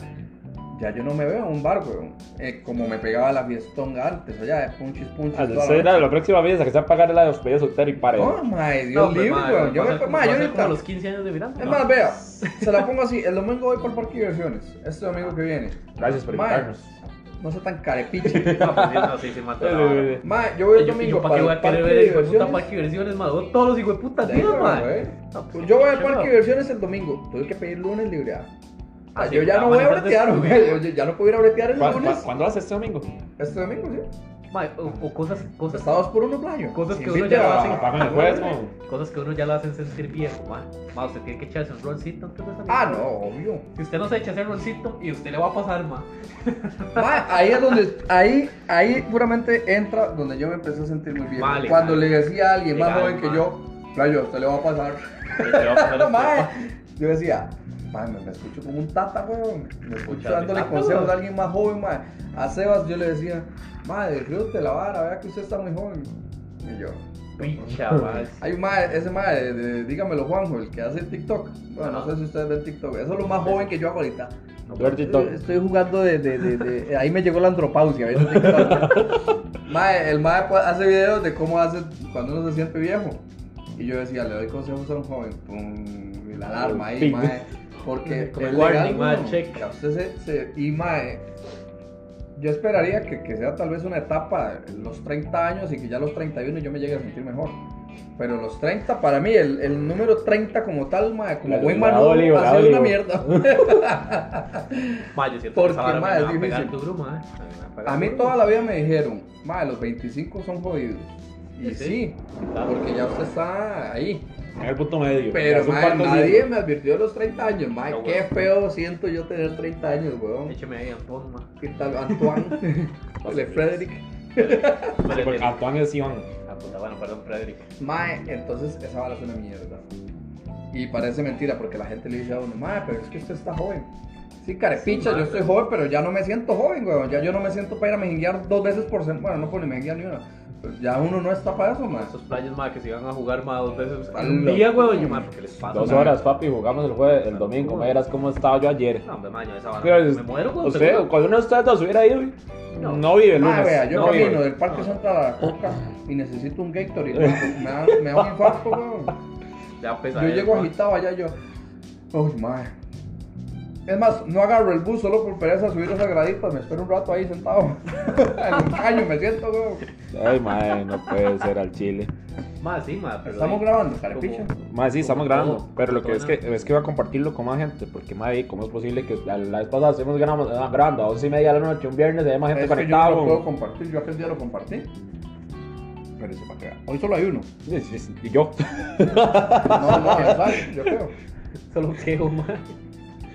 Speaker 2: ya yo no me veo en un bar, weón. Eh, como me pegaba la fiestonga antes, allá, de punchis, punchis.
Speaker 3: A
Speaker 2: toda la
Speaker 3: Ah, la,
Speaker 2: noche.
Speaker 3: la próxima vez a que se va a pagar la de despedida soltero y pare.
Speaker 2: No, mae, Dios
Speaker 4: pues,
Speaker 2: libre,
Speaker 4: ma,
Speaker 2: weón. Yo
Speaker 4: va a
Speaker 2: me
Speaker 4: ser como-
Speaker 2: mae, yo
Speaker 4: va a ser como
Speaker 2: ahorita-
Speaker 4: a los 15 años de Miranda.
Speaker 2: Es
Speaker 4: ma.
Speaker 2: más, vea, se la pongo así. El domingo voy por parque de diversiones. Este domingo que viene.
Speaker 3: Gracias por
Speaker 2: Mae,
Speaker 3: invitarnos.
Speaker 2: No sea tan carepiche.
Speaker 4: No, pues, sí, no, sí, sí, mató la
Speaker 3: Eh,
Speaker 4: vara.
Speaker 3: eh, eh.
Speaker 2: Mae, yo voy
Speaker 4: Y
Speaker 2: el
Speaker 4: yo- y
Speaker 2: domingo
Speaker 4: yo, ¿para qué voy a
Speaker 2: para el
Speaker 4: querer
Speaker 2: parque
Speaker 4: ver
Speaker 2: de
Speaker 4: el hijo de puta
Speaker 2: diversiones.
Speaker 4: parque de diversiones, ma? Vos Todos los hijueputas
Speaker 2: Sí,
Speaker 4: días, ma.
Speaker 2: güey.
Speaker 4: Ah, pues,
Speaker 2: Yo voy al
Speaker 4: qué
Speaker 2: parque de
Speaker 4: chido.
Speaker 2: diversiones el domingo. Tuve que pedir lunes libre. Ah,
Speaker 4: Ah, sí,
Speaker 2: yo ya
Speaker 4: ya
Speaker 2: no voy a
Speaker 4: amanecer
Speaker 2: bretear,
Speaker 4: después.
Speaker 2: güey. Yo- yo ya no puedo ir a bretear el
Speaker 3: ¿Cuá-
Speaker 2: lunes.
Speaker 3: cuá- ¿Cuándo haces este domingo?
Speaker 2: Este domingo, sí.
Speaker 4: Ma, o, o cosas, cosas,
Speaker 2: Está dos por uno, playo.
Speaker 4: Cosas que
Speaker 2: Sí,
Speaker 4: uno
Speaker 2: sí,
Speaker 4: ya
Speaker 2: te-
Speaker 4: lo
Speaker 3: Ah,
Speaker 4: hace.
Speaker 3: Pagan el jueves, ¿no?
Speaker 4: cosas que uno ya lo hacen sentir viejo, ma. Ma, usted tiene que echarse un roncito antes de salir.
Speaker 2: Ah, no, obvio.
Speaker 4: Si usted no se echa ese roncito y usted le va a pasar, ma.
Speaker 2: Ma, ahí es donde, ahí, ahí puramente entra donde yo me empecé a sentir muy bien.
Speaker 4: Vale,
Speaker 2: Cuando
Speaker 4: vale.
Speaker 2: le decía a alguien más
Speaker 4: Legal,
Speaker 2: joven que
Speaker 4: ma.
Speaker 2: yo, playo, a usted le va a pasar.
Speaker 4: Le va a pasar a usted,
Speaker 2: Ma,
Speaker 4: ma.
Speaker 2: yo decía, ma, me, me escucho como un tata, weón. Me escucho
Speaker 4: Escucha,
Speaker 2: dándole
Speaker 4: tata,
Speaker 2: consejos
Speaker 4: weón.
Speaker 2: a alguien más joven, ma. A Sebas yo le decía, ma, disfrute la vara, vea que usted está muy joven. Y yo,
Speaker 4: Picha, ma.
Speaker 2: hay un ma, ese ma, de, de- dígamelo Juanjo, el que hace TikTok. Bueno, no
Speaker 4: Ajá.
Speaker 2: sé si ustedes ven TikTok, eso es lo más joven que yo hago ahorita.
Speaker 3: Dirty Talk.
Speaker 2: Eh, Estoy jugando de, de, de, de- eh, ahí me llegó la andropausia, ¿ves? TikTok. Ma, el mae pues, hace videos de cómo hace cuando uno se siente viejo. Y yo decía, le doy consejos a un joven, pum, y la alarma ahí,
Speaker 3: Ping.
Speaker 2: mae. Porque
Speaker 4: Como
Speaker 2: es
Speaker 4: el warning,
Speaker 2: legal,
Speaker 4: mae,
Speaker 2: ¿no?
Speaker 4: check.
Speaker 2: Ya usted se, se- y mae, yo esperaría que, que sea tal vez una etapa, los 30 años y que ya a los 31 yo me llegue a sentir mejor. Pero los 30, para mí, el, el número 30 como tal, mae, como
Speaker 3: La-
Speaker 2: buen
Speaker 3: la
Speaker 2: manudo,
Speaker 3: Oli, la
Speaker 2: ha sido
Speaker 3: Oli,
Speaker 2: una
Speaker 3: güey.
Speaker 2: mierda.
Speaker 4: Ma, yo siento
Speaker 2: Porque,
Speaker 4: que esa vara
Speaker 2: ma,
Speaker 4: me
Speaker 2: es
Speaker 4: va a pegar
Speaker 2: difícil.
Speaker 4: duro, ma. A mí me va a pegar
Speaker 2: A mí
Speaker 4: duro.
Speaker 2: toda la vida me dijeron, ma, los 25 son jodidos. Y
Speaker 4: Sí,
Speaker 2: sí,
Speaker 4: sí.
Speaker 2: porque ya usted está ahí.
Speaker 3: En el punto medio.
Speaker 2: Pero,
Speaker 3: Es un
Speaker 2: ma,
Speaker 3: cuarto
Speaker 2: nadie
Speaker 3: siglo.
Speaker 2: me advirtió de los 30 años, ma,
Speaker 4: No,
Speaker 2: qué
Speaker 4: weón.
Speaker 2: feo siento yo tener 30 años, weón.
Speaker 4: Écheme ahí, Antón, ma.
Speaker 2: ¿Qué tal, Antoine? Le Frederick.
Speaker 3: Sí, porque Antoine es Iván.
Speaker 4: Ah, puta, bueno, perdón, Frederick.
Speaker 2: Mae, entonces esa bala es una mierda. Y parece mentira porque la gente le dice a uno, mae, pero es que usted está joven. Sí, carepicha,
Speaker 4: Sí, mae.
Speaker 2: yo estoy joven, pero ya no me siento joven, weón. Ya yo no me siento para ir a mejenguear dos veces por semana. Bueno, no por ni mejenguear ni una. Pero ya uno no está para eso, mae.
Speaker 4: Estos playas, ma, que se iban a jugar, ma, dos veces
Speaker 2: Palo.
Speaker 4: al un día, weón, yo, ma, porque les
Speaker 2: Ah,
Speaker 4: pasa,
Speaker 3: Dos
Speaker 4: ma.
Speaker 3: horas, papi, jugamos el jueves, el domingo. Me verás cómo estaba yo ayer.
Speaker 4: No, hombre, ma, yo
Speaker 2: Ah,
Speaker 4: esa vara,
Speaker 3: Pero es-
Speaker 4: me muero, weón.
Speaker 3: Usted,
Speaker 4: seguro.
Speaker 3: cuando uno de ustedes dos hubiera ido,
Speaker 4: No.
Speaker 3: no vive el
Speaker 2: Mae,
Speaker 3: lunes.
Speaker 2: Ah, vea, yo
Speaker 3: no
Speaker 2: camino
Speaker 3: vive.
Speaker 2: del Parque
Speaker 4: No.
Speaker 2: Santa a la Coca y necesito un Gatorade. mae, me, da, me da un infarto, weón.
Speaker 4: Ya pesa
Speaker 2: Yo
Speaker 4: eso,
Speaker 2: llego
Speaker 4: ma.
Speaker 2: agitado allá, yo. Uy, mae. Es más, no agarro el bus solo por pereza subir esa gradita, me espero un rato ahí sentado. en un caño me siento, weón.
Speaker 3: Ay, mae, no puede ser al chile.
Speaker 4: Más, sí, más. Pero
Speaker 2: Estamos
Speaker 4: ahí,
Speaker 2: grabando,
Speaker 4: como-
Speaker 2: carepicha.
Speaker 3: Mae, sí, estamos
Speaker 4: como
Speaker 3: grabando.
Speaker 4: todo,
Speaker 3: pero lo
Speaker 4: como
Speaker 3: que es
Speaker 4: todo
Speaker 3: que
Speaker 4: en la-
Speaker 3: es que iba a compartirlo con más gente. Porque, mae, ¿cómo es posible que la, la vez pasada estemos grabando, ah, grabando a 11 y media de la noche, un viernes, y hay más gente
Speaker 2: Es que yo no
Speaker 3: conectada?
Speaker 2: lo puedo
Speaker 3: weón?
Speaker 2: compartir, yo aquel día lo compartí. Pero se va a quedar. Hoy solo hay uno.
Speaker 3: Sí, sí, sí, Y yo.
Speaker 2: No, no, ¿sabes? Yo creo.
Speaker 4: Solo quejo, más.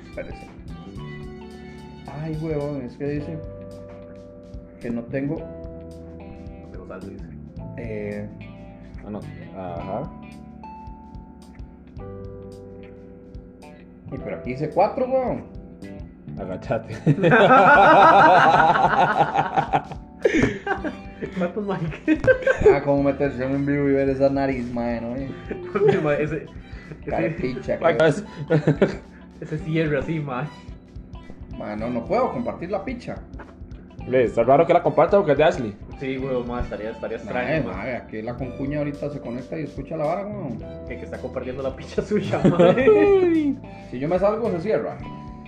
Speaker 2: Espérese. Ay, huevón, es que dice que no tengo.
Speaker 4: Pero tal vez.
Speaker 2: Eh,
Speaker 3: Ah, no. Ajá.
Speaker 2: y pero aquí dice cuatro, huevón.
Speaker 3: Agachate.
Speaker 4: ¿Cuántos Mike?
Speaker 2: Ah, cómo meterse en vivo y ver esa nariz, mae, ¿no? eh?
Speaker 4: Porque, ma, ese, ese,
Speaker 2: Carepicha, cabrón.
Speaker 3: Agachate.
Speaker 4: ese cierre así, ma.
Speaker 2: Mano, no puedo compartir la picha.
Speaker 3: Ve, Está raro que la comparta porque es de Ashley.
Speaker 4: Sí, huevo, ma, estaría, estaría
Speaker 2: Mae,
Speaker 4: extraño, ma.
Speaker 2: mae, aquí la concuña ahorita se conecta y escucha la vara, huevón.
Speaker 4: Que, que está compartiendo la picha suya, ma.
Speaker 2: Si yo me salgo, se cierra.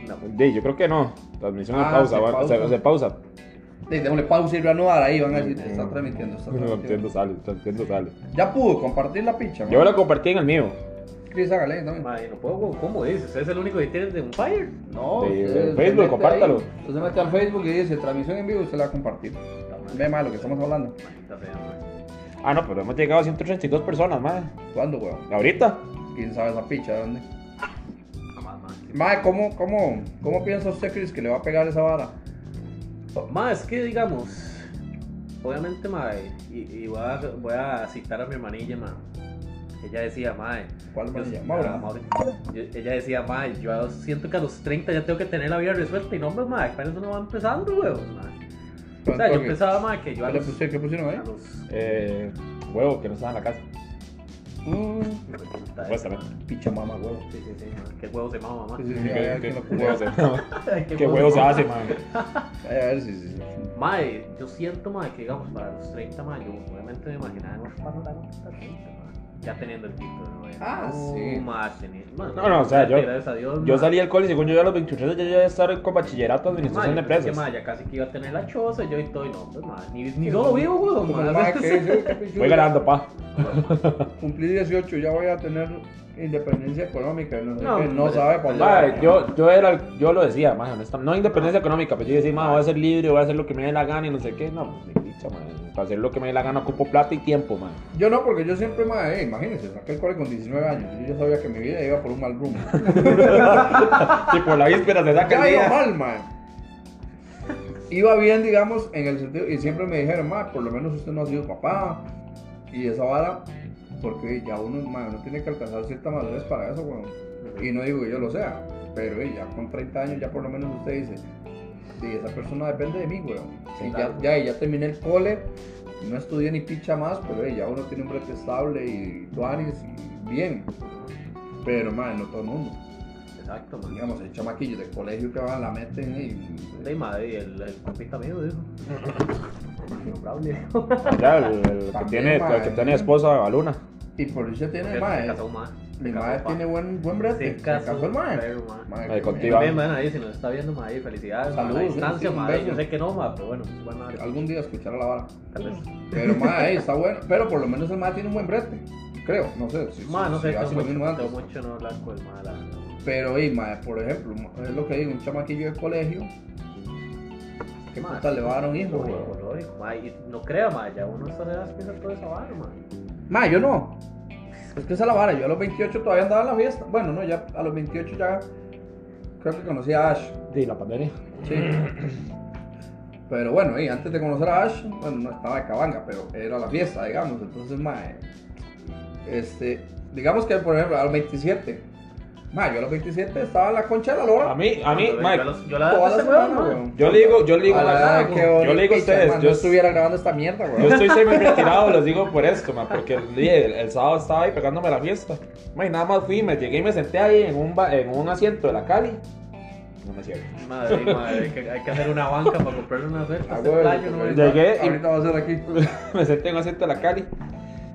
Speaker 4: No,
Speaker 3: Di, yo creo que no. Transmisión
Speaker 2: Ah,
Speaker 3: en pausa,
Speaker 2: se
Speaker 3: va-
Speaker 2: pausa.
Speaker 3: Se, se pausa.
Speaker 2: Sí, démosle pausa y reanudar ahí, van a decir, está transmitiendo, está
Speaker 3: No entiendo,
Speaker 2: transmitiendo.
Speaker 3: sale, no entiendo, sale.
Speaker 2: Ya pudo compartir la picha,
Speaker 3: Yo
Speaker 2: mae.
Speaker 3: lo compartí en el mío.
Speaker 2: Cris, hágale, también.
Speaker 4: ma, yo no puedo, huevo, ¿cómo dices? ¿Es el único que tienes de un fire?
Speaker 2: No,
Speaker 3: De-
Speaker 2: usted
Speaker 3: de
Speaker 2: se
Speaker 3: Facebook,
Speaker 2: mete ahí,
Speaker 3: compártalo.
Speaker 2: Usted se mete al Facebook y dice transmisión en vivo, usted la va a compartir. Ve mal lo que estamos hablando.
Speaker 4: Maldita sea, ma.
Speaker 3: Ah, no, pero hemos llegado a 132 personas, madre.
Speaker 2: ¿Cuándo, weón?
Speaker 3: Ahorita.
Speaker 2: ¿Quién sabe esa picha de dónde?
Speaker 4: Jamás, ma.
Speaker 2: Mae, ¿cómo, cómo, ¿cómo piensa usted, Chris, que le va a pegar esa vara?
Speaker 4: Ma, es que digamos, obviamente, ma, y, y voy, a, voy a citar a mi hermanilla, ma. Ella decía, ma,
Speaker 2: ¿Cuál
Speaker 4: yo-
Speaker 2: hermanilla?
Speaker 4: ah,
Speaker 2: Maura.
Speaker 4: Mauri. Yo- ella decía, ma, yo siento que a los 30 ya tengo que tener la vida resuelta. Y no, hombre, ma, apenas uno va empezando, weón, ma. O sea, yo
Speaker 2: ¿Qué?
Speaker 4: pensaba, ma, que yo a
Speaker 2: ¿Qué le
Speaker 4: los...
Speaker 2: pusieron, ¿Qué pusieron ahí?
Speaker 4: A los...
Speaker 3: Eh, huevo, que no estaba en la casa.
Speaker 2: Mm,
Speaker 3: Supuestamente.
Speaker 2: picha mamá, weón.
Speaker 4: pues, Sí, sí, sí, ma. Qué huevo se mama, ma.
Speaker 2: Sí, sí, sí, a ver,
Speaker 3: ¿Qué,
Speaker 2: ¿quién lo
Speaker 3: qué huevo
Speaker 2: puso?
Speaker 3: se,
Speaker 4: Qué
Speaker 3: qué huevo se
Speaker 4: mama.
Speaker 3: hace, madre?
Speaker 2: A ver, sí, sí. sí.
Speaker 4: Mae, yo siento, mae, que digamos, para los 30, mae, yo obviamente me imaginaba en un panorama hasta 30, mae. Ya teniendo el título, ¿no?
Speaker 2: Ah,
Speaker 4: No,
Speaker 2: sí.
Speaker 4: mae, teni-
Speaker 3: No, no, o sea, yo-
Speaker 4: Gracias a Dios,
Speaker 3: Yo
Speaker 4: mae.
Speaker 3: salí del cole y según yo ya a los 23 ya ya estar con bachillerato
Speaker 4: Mae,
Speaker 3: administración
Speaker 4: yo
Speaker 3: de
Speaker 4: pensé que,
Speaker 3: empresas.
Speaker 4: mae, ya casi que iba a tener la choza, yo y todo, y no, pues, mae, ni, ni solo vivo, weón,
Speaker 2: Como, ¿eh?
Speaker 4: mae.
Speaker 2: mae, ¿qué dice? ¿Qué pichudo?
Speaker 3: Voy ganando, pa.
Speaker 2: Cumplí 18, ya voy a tener independencia económica. No, sé
Speaker 4: No,
Speaker 2: qué, no
Speaker 4: hombre.
Speaker 2: sabe por
Speaker 3: Madre, yo, yo, era, yo lo decía, más honestamente. No independencia económica, pero yo decía, madre, voy a ser libre, voy a hacer lo que me dé la gana y no sé qué. No, pues, ni dicha, madre. Para hacer lo que me dé la gana ocupo plata y tiempo, madre.
Speaker 2: Yo no, porque yo siempre, mae, eh, imagínense, saqué el cole con 19 años. Yo ya sabía que mi vida iba por un mal rumbo.
Speaker 3: Y por la víspera se saca
Speaker 2: ya
Speaker 3: el
Speaker 2: iba
Speaker 3: día.
Speaker 2: mal, mae. Iba bien, digamos, en el sentido, y siempre me dijeron, mae, por lo menos usted no ha sido papá. Y esa vara, porque ya uno, mae, uno tiene que alcanzar cierta madurez para eso, weón. Y no digo que yo lo sea, pero eh, ya con 30 años, ya por lo menos usted dice, sí, esa persona depende de mí, weón.
Speaker 4: Sí,
Speaker 2: Y ya,
Speaker 4: claro.
Speaker 2: ya, ya terminé el cole, no estudié ni picha más, pero eh, ya uno tiene un brete estable y tuanis, y bien. Pero, mae, no todo el mundo
Speaker 4: Exacto, mae.
Speaker 2: digamos, hay chamaquillos de colegio que van, la meten y...
Speaker 4: De madre, y el, el compita mío, dijo. Mario Braulio.
Speaker 3: Ya, el, el que
Speaker 2: También,
Speaker 3: tiene, el que
Speaker 2: madre.
Speaker 3: tiene esposa, Luna.
Speaker 2: Y por eso tiene
Speaker 4: Se
Speaker 2: mae.
Speaker 4: casó, mae. Se
Speaker 2: Mi
Speaker 4: casó,
Speaker 2: mae
Speaker 4: pa.
Speaker 2: tiene buen, buen brete.
Speaker 4: Se
Speaker 2: Se
Speaker 4: casó,
Speaker 2: casó el mae.
Speaker 4: pero, mae.
Speaker 2: Mae,
Speaker 3: Ay,
Speaker 2: qué
Speaker 3: contigo.
Speaker 4: También, bueno, ahí si nos está viendo, madre, felicidades. mae,
Speaker 2: Saludos,
Speaker 4: a distancia,
Speaker 2: sí, un
Speaker 4: madre. Yo
Speaker 2: beso.
Speaker 4: sé que no, madre, pero bueno, bueno,
Speaker 2: bueno. Algún día escuchará la vara.
Speaker 4: tal vez.
Speaker 2: Pero mae, ahí está bueno. Pero por lo menos el mae tiene un buen brete. Creo, no sé. Si,
Speaker 4: Ma, no
Speaker 2: si
Speaker 4: sé,
Speaker 2: hace
Speaker 4: tengo
Speaker 2: lo
Speaker 4: mucho,
Speaker 2: mismo antes.
Speaker 4: tengo mucho no hablar con el ma, la verdad.
Speaker 2: Pero, y mae, por ejemplo, ma- es lo que digo, un chamaquillo de colegio. ¿Qué
Speaker 4: Ma,
Speaker 2: puta le va a dar un hijo,
Speaker 4: Lógico,
Speaker 2: güey?
Speaker 4: lógico, ma, y no crea, ma, ya uno se le da piensa todo esa vara, ma.
Speaker 2: Mae, yo no. Es que esa es la vara. Yo a los 28 todavía andaba en la fiesta. Bueno, no, ya a los 28 ya creo que conocí a Ash.
Speaker 3: De la pandemia.
Speaker 2: Sí. Pero bueno, y antes de conocer a Ash, bueno, no estaba de cabanga, pero era la fiesta, digamos. Entonces, mae, este, digamos que por ejemplo, a los 27, mae, yo a los 27 estaba en la concha de la lora.
Speaker 3: A mí, a mí,
Speaker 4: Yo-
Speaker 3: Mike,
Speaker 4: yo los- Yo la
Speaker 2: toda la
Speaker 4: Ah, ese
Speaker 2: semana,
Speaker 4: weón, ma.
Speaker 2: weón.
Speaker 3: yo le digo, yo le digo,
Speaker 2: A la
Speaker 3: Mike,
Speaker 2: edad que hoy,
Speaker 3: yo le digo a
Speaker 2: picha,
Speaker 3: ustedes,
Speaker 2: man,
Speaker 3: yo,
Speaker 2: no estuviera grabando esta mierda,
Speaker 3: yo
Speaker 2: weón.
Speaker 3: estoy semi retirado, les digo por esto, man, porque el, día- el, el sábado estaba ahí pegándome la fiesta. Mike, nada más fui, me llegué y me senté ahí en un, ba- en un asiento de la Cali. No me cierro.
Speaker 4: Madre, madre, hay que, hay que hacer una banca para comprarle una
Speaker 2: Ah,
Speaker 4: cerca. Este
Speaker 2: weón,
Speaker 4: playo no es.
Speaker 3: Ya. Llegué y-
Speaker 2: Ahorita va a ser aquí.
Speaker 3: me senté en un asiento de la Cali.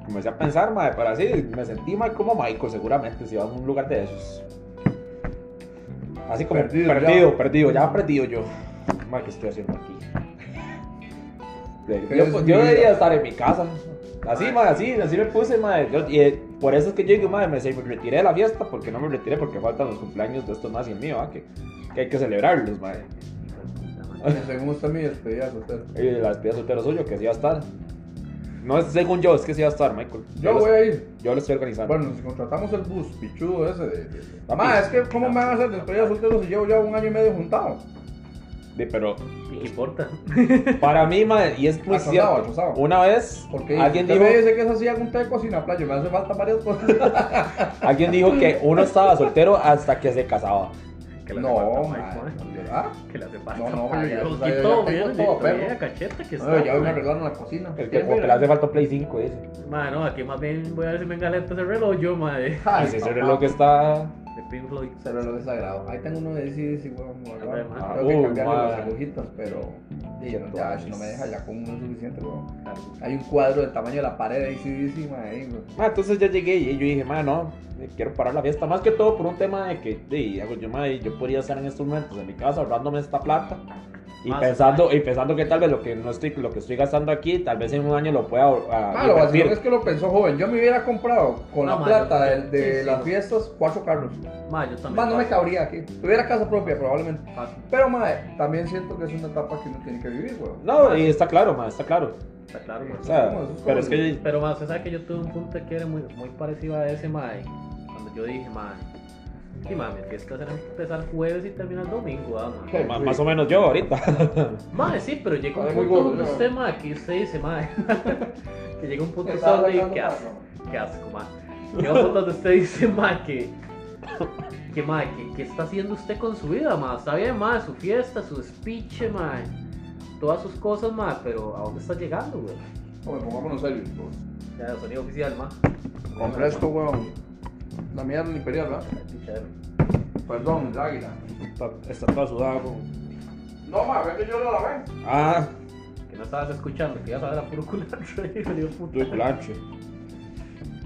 Speaker 3: Comencé a pensar, madre, para así, me sentí mal como Michael, seguramente, si iba a un lugar de esos. Así como perdido,
Speaker 2: Perdido,
Speaker 3: perdido,
Speaker 2: ya.
Speaker 3: ya, perdido yo. Mae, ¿qué estoy haciendo aquí?
Speaker 2: ¿Qué
Speaker 3: Yo,
Speaker 2: es
Speaker 3: pues,
Speaker 2: mi
Speaker 3: yo
Speaker 2: vida?
Speaker 3: debería estar en mi casa. Así, mae, así, así me puse, mae. Yo- y, eh, por eso es que yo digo, mae, me, se- me retiré de la fiesta porque no me retiré porque faltan los cumpleaños de estos más y el mío, ¿ah? Que, que hay que celebrarlos, mae.
Speaker 2: Bueno, según usted mi despedida de soltero.
Speaker 3: Y la despedida de soltero suyo, que sí va a estar. No es según yo, es que sí va a estar, Michael.
Speaker 2: Yo
Speaker 3: lo-
Speaker 2: voy a ir.
Speaker 3: Yo lo estoy organizando.
Speaker 2: Bueno, si contratamos el bus pichudo ese de. de-
Speaker 3: Papi.
Speaker 2: Ma, es que ¿cómo me van a hacer despedida de soltero si llevo ya un año y medio juntado?
Speaker 3: De- pero
Speaker 4: ¿Y qué importa?
Speaker 3: para mí, mae, y es muy
Speaker 2: Achosado,
Speaker 3: cierto.
Speaker 2: achosado.
Speaker 3: Una vez,
Speaker 2: Porque
Speaker 3: alguien
Speaker 2: usted
Speaker 3: dijo.
Speaker 2: me dice que es así hago un té de cocina playa, me hace falta varias cosas.
Speaker 3: Alguien dijo que uno estaba soltero hasta que se casaba.
Speaker 4: Que le hace
Speaker 2: No,
Speaker 4: falta,
Speaker 2: ma,
Speaker 4: mae.
Speaker 2: ¿verdad?
Speaker 4: Que le hace falta.
Speaker 2: No, no,
Speaker 4: mae.
Speaker 2: ya,
Speaker 4: Yo
Speaker 2: o sea, yo ya
Speaker 4: todo
Speaker 2: tengo
Speaker 4: bien,
Speaker 2: todo,
Speaker 4: yo
Speaker 2: perro.
Speaker 4: bien, cacheta que
Speaker 2: No,
Speaker 4: está,
Speaker 2: ya hoy me
Speaker 4: mae.
Speaker 2: arreglaron la cocina.
Speaker 3: El que,
Speaker 2: ¿Quién
Speaker 3: porque
Speaker 2: mira?
Speaker 3: le hace falta Play 5, dice.
Speaker 4: Mae, no, aquí más bien voy a ver si me engaleta ese reloj yo, mae.
Speaker 2: Ay,
Speaker 3: Ese es
Speaker 2: papá.
Speaker 3: el reloj que está.
Speaker 4: De Pink Floyd.
Speaker 2: Ese reloj es sagrado. Ahí tengo uno de sí, sí, huevón.
Speaker 4: A ver, ma.
Speaker 2: Tengo
Speaker 3: Uh,
Speaker 2: que cambiarle
Speaker 3: ma.
Speaker 2: las agujitas, pero. y yo no- ya, si no me deja ya con uno es suficiente, huevón.
Speaker 4: Claro.
Speaker 2: Hay un cuadro del tamaño de la pared ahí, sí, sí, ma, ahí, huevón.
Speaker 3: Ah, entonces ya llegué y yo dije, "Ma, no, eh, quiero parar la fiesta. Más que todo por un tema de que de, hago yo, "Ma, yo podría estar en estos momentos en mi casa ahorrándome esta plata. Y
Speaker 4: Más,
Speaker 3: pensando, y pensando que tal vez lo que no estoy, lo que estoy gastando aquí, tal vez en un año lo pueda ah,
Speaker 2: Malo,
Speaker 3: invertir.
Speaker 2: vacilón es que lo pensó joven. Yo me hubiera comprado con
Speaker 4: No,
Speaker 2: la
Speaker 4: ma,
Speaker 2: plata
Speaker 4: yo-
Speaker 2: del- de,
Speaker 4: sí, sí,
Speaker 2: las
Speaker 4: no.
Speaker 2: fiestas cuatro carros.
Speaker 4: Mae, yo también.
Speaker 2: Más no me
Speaker 4: paso,
Speaker 2: cabría aquí. Tuviera casa propia probablemente.
Speaker 4: paso.
Speaker 2: Pero madre, también siento que es una etapa que uno tiene que vivir, weón.
Speaker 3: No, y está claro, ma, está claro.
Speaker 4: Está claro, mae.
Speaker 3: O sea,
Speaker 2: No, eso es
Speaker 3: pero es que
Speaker 4: Pero, más usted sabe que yo tuve un punto de quiere muy, muy parecido a ese, mae. Cuando yo dije, mae. Y mae, mi fiesta será empezar jueves y terminar domingo, ah, mae.
Speaker 2: ¿Qué?
Speaker 3: ma- más o menos yo ahorita.
Speaker 4: Mae, sí, pero llega un
Speaker 2: Ay, muy
Speaker 4: punto
Speaker 2: gordo,
Speaker 4: donde
Speaker 2: ya.
Speaker 4: usted, mae, que usted dice, mae. que llega un punto
Speaker 2: Estaba
Speaker 4: donde,
Speaker 2: hablando,
Speaker 4: qué
Speaker 2: ma,
Speaker 4: asco, qué asco, mae. Llega un punto donde usted dice, mae, que. Que, mae, que, que está haciendo usted con su vida, mae. Está bien, mae, su fiesta, su speech, mae. Todas sus cosas, mae, pero ¿a dónde está llegando, güey?
Speaker 2: no, me pongámonos serios, weón.
Speaker 4: Ya, sonido oficial, mae.
Speaker 2: Con fresco, weón. La mía del imperial, ¿verdad? Perdón, el águila.
Speaker 3: Está, está toda sudada, como-
Speaker 2: No, madre, ve que yo no la ve.
Speaker 3: Ah,
Speaker 4: Que no estabas escuchando, que ibas a ver a puro culantro y me dio puta.
Speaker 3: tu planche.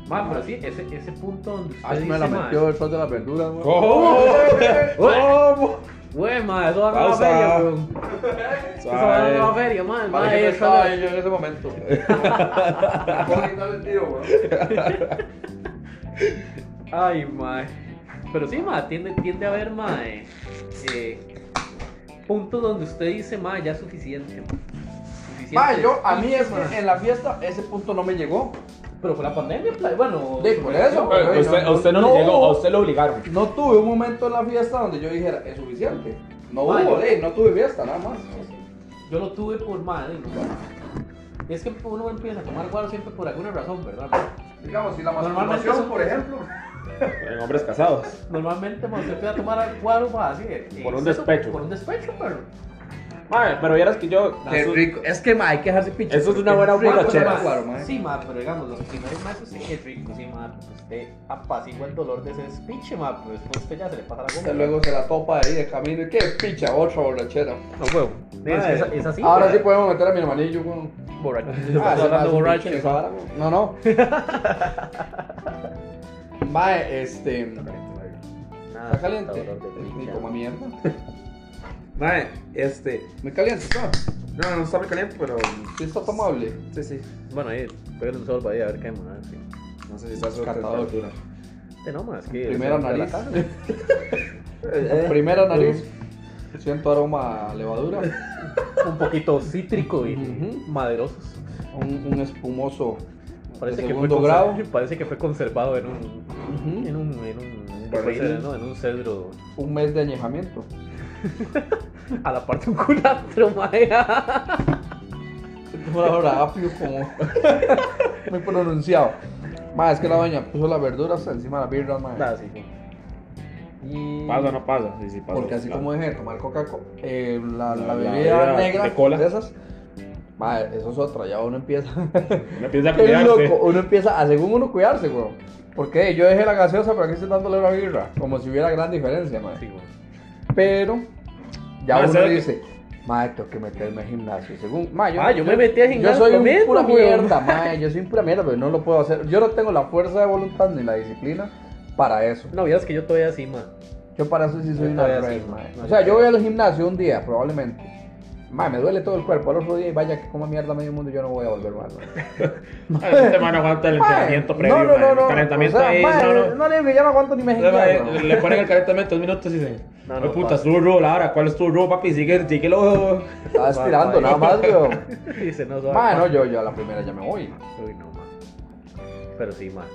Speaker 4: Ma, pero sí, ese, ese punto donde usted
Speaker 2: Ay,
Speaker 4: dice,
Speaker 2: Ah, me la
Speaker 4: ma,
Speaker 2: metió el sol de las verduras, weón.
Speaker 3: ¿Cómo? ¿Cómo?
Speaker 4: Güey, ma, eso va a la
Speaker 3: Pausa.
Speaker 4: feria, weón. Eso va a
Speaker 3: Suave.
Speaker 4: la feria, ma, ma,
Speaker 2: Madre, yo no
Speaker 4: eso
Speaker 2: estaba
Speaker 4: va-
Speaker 2: ahí yo en ese momento. ¿Cómo quitarle el tiro, weón?
Speaker 4: Ay, ma. Pero sí, ma, tiende, tiende a haber, ma, eh, eh, puntos donde usted dice, ma, ya es suficiente, ma. Suficiente.
Speaker 2: Ma, yo, a mí es
Speaker 4: ma.
Speaker 2: que en la fiesta ese punto no me llegó.
Speaker 4: Pero fue la pandemia, pla- bueno.
Speaker 2: De- por eso, pero-
Speaker 3: Eh, Usted, usted no,
Speaker 2: No.
Speaker 3: le llegó, a usted lo obligaron.
Speaker 2: No tuve un momento en la fiesta donde yo dijera, es suficiente. No hubo,
Speaker 4: Ma, yo-
Speaker 2: ley, no tuve fiesta, nada más.
Speaker 4: Yo lo tuve por madre. ¿no? Es que uno empieza a tomar guaro siempre por alguna razón, ¿verdad?
Speaker 2: Digamos, si la
Speaker 4: Normalmente
Speaker 2: masturbación,
Speaker 4: eso-
Speaker 2: por ejemplo.
Speaker 3: En hombres casados.
Speaker 4: Normalmente cuando se empieza a tomar guaro, va así.
Speaker 3: Por un
Speaker 4: exceso,
Speaker 3: despecho.
Speaker 4: Por un despecho, pero.
Speaker 3: Madre, pero vieras que yo.
Speaker 2: Qué rico. Es que, ma, hay que dejarse pues, pinche.
Speaker 3: Eso es una buena
Speaker 2: Qué rico
Speaker 3: borrachera.
Speaker 2: tomar guaro, ma.
Speaker 4: Sí, ma, pero digamos, los primeros meses sí que es rico, sí, ma. Usted apacigua el dolor de ese despiche, ma, pero después usted ya se le pasa la goma.
Speaker 2: Usted Este Luego se la topa ahí de camino y qué pincha, otra borrachera.
Speaker 4: No, huevo. Es,
Speaker 3: Madre.
Speaker 4: es- es así.
Speaker 2: Ahora
Speaker 4: ma.
Speaker 2: sí pues. Ah, podemos meter a mi hermanillo con borracho.
Speaker 4: Estás Ah, hablando borracho.
Speaker 2: No, no. Mae, este.
Speaker 4: Ah,
Speaker 2: Está caliente.
Speaker 4: dolor de
Speaker 2: Ni
Speaker 4: picha.
Speaker 2: como mierda.
Speaker 3: Madre, este.
Speaker 2: Muy caliente, está.
Speaker 3: No, no está muy caliente, pero.
Speaker 2: Sí, está tomable.
Speaker 3: Sí, sí.
Speaker 4: Bueno, ahí, pégale un sol ahí a ver qué hay, ma. sí.
Speaker 3: No sé si está su
Speaker 2: Catador.
Speaker 4: Sí, Este no, ma, es que.
Speaker 2: Primera
Speaker 4: es de la
Speaker 2: nariz.
Speaker 4: casa. Eh, Uh.
Speaker 2: Primera nariz. Siento aroma a levadura.
Speaker 4: un poquito cítrico y
Speaker 2: Ujú.
Speaker 4: maderosos.
Speaker 2: Un, un espumoso.
Speaker 4: Parece
Speaker 2: de
Speaker 4: que, fue
Speaker 2: segundo
Speaker 4: conser-
Speaker 2: grado.
Speaker 4: parece que fue conservado en un.
Speaker 2: Ujú.
Speaker 4: En un. En un.
Speaker 2: Barril.
Speaker 4: cedro, ¿no? En un cedro.
Speaker 2: Un mes de añejamiento.
Speaker 4: A la parte de un culantro, maya.
Speaker 2: Ahora apio como muy pronunciado. Más es que la doña puso las verduras encima de las birras, mae. Y-
Speaker 3: Pasa o no pasa. Sí, sí, pasa.
Speaker 2: Porque así
Speaker 3: Claro.
Speaker 2: como dejé de tomar coca co- eh, la, la
Speaker 3: La- la
Speaker 2: bebida
Speaker 3: bebida
Speaker 2: negra
Speaker 3: de cola.
Speaker 2: esas. Mae, eso es otra, ya uno empieza.
Speaker 3: Me empieza a
Speaker 2: Qué
Speaker 3: cuidarse.
Speaker 2: loco, uno empieza a según uno cuidarse, weón. Porque yo dejé la gaseosa, pero aquí estoy dándole una birra. Como si hubiera gran diferencia, mae. Pero ya
Speaker 3: Mae,
Speaker 2: uno
Speaker 3: ¿sabe qué?
Speaker 2: dice, mae, tengo que meterme al gimnasio. Según, mae,
Speaker 4: Ah, yo me metí al gimnasio
Speaker 2: Yo soy un
Speaker 4: comiendo,
Speaker 2: pura
Speaker 4: weón.
Speaker 2: mierda, mae, yo soy un pura mierda, pero no lo puedo hacer. Yo no tengo la fuerza de voluntad ni la disciplina para eso.
Speaker 4: No, vieras que yo todavía así, ma.
Speaker 2: Yo para eso sí soy
Speaker 3: Yo
Speaker 2: una
Speaker 3: todavía
Speaker 2: rey,
Speaker 3: sí,
Speaker 2: mae.
Speaker 3: no,
Speaker 2: O
Speaker 3: yo
Speaker 2: sea, yo
Speaker 3: todavía
Speaker 2: voy al gimnasio un día, probablemente. Mae, me duele todo el cuerpo. Al otro día, y vaya que como mierda medio mundo, yo no voy a volver más.
Speaker 3: Este man no aguanta el calentamiento previo.
Speaker 2: no, no,
Speaker 3: mae.
Speaker 2: no, no.
Speaker 3: El calentamiento
Speaker 2: o sea,
Speaker 3: ahí.
Speaker 2: mae,
Speaker 3: no, no.
Speaker 2: le digo que ya no aguanto ni me
Speaker 3: Entonces, mae, Le ponen el calentamiento dos minutos y dicen:
Speaker 4: No,
Speaker 3: No,
Speaker 4: no,
Speaker 3: puta,
Speaker 4: pasa.
Speaker 3: estuvo rudo ahora. ¿Cuál estuvo rudo, papi? Sigue, sigue lo.
Speaker 2: Estás tirando nada más, weón.
Speaker 4: Dice, no, suave,
Speaker 2: Mae, no,
Speaker 4: pa.
Speaker 2: yo, yo a la primera ya me voy.
Speaker 4: Uy, no, man. Pero sí, man.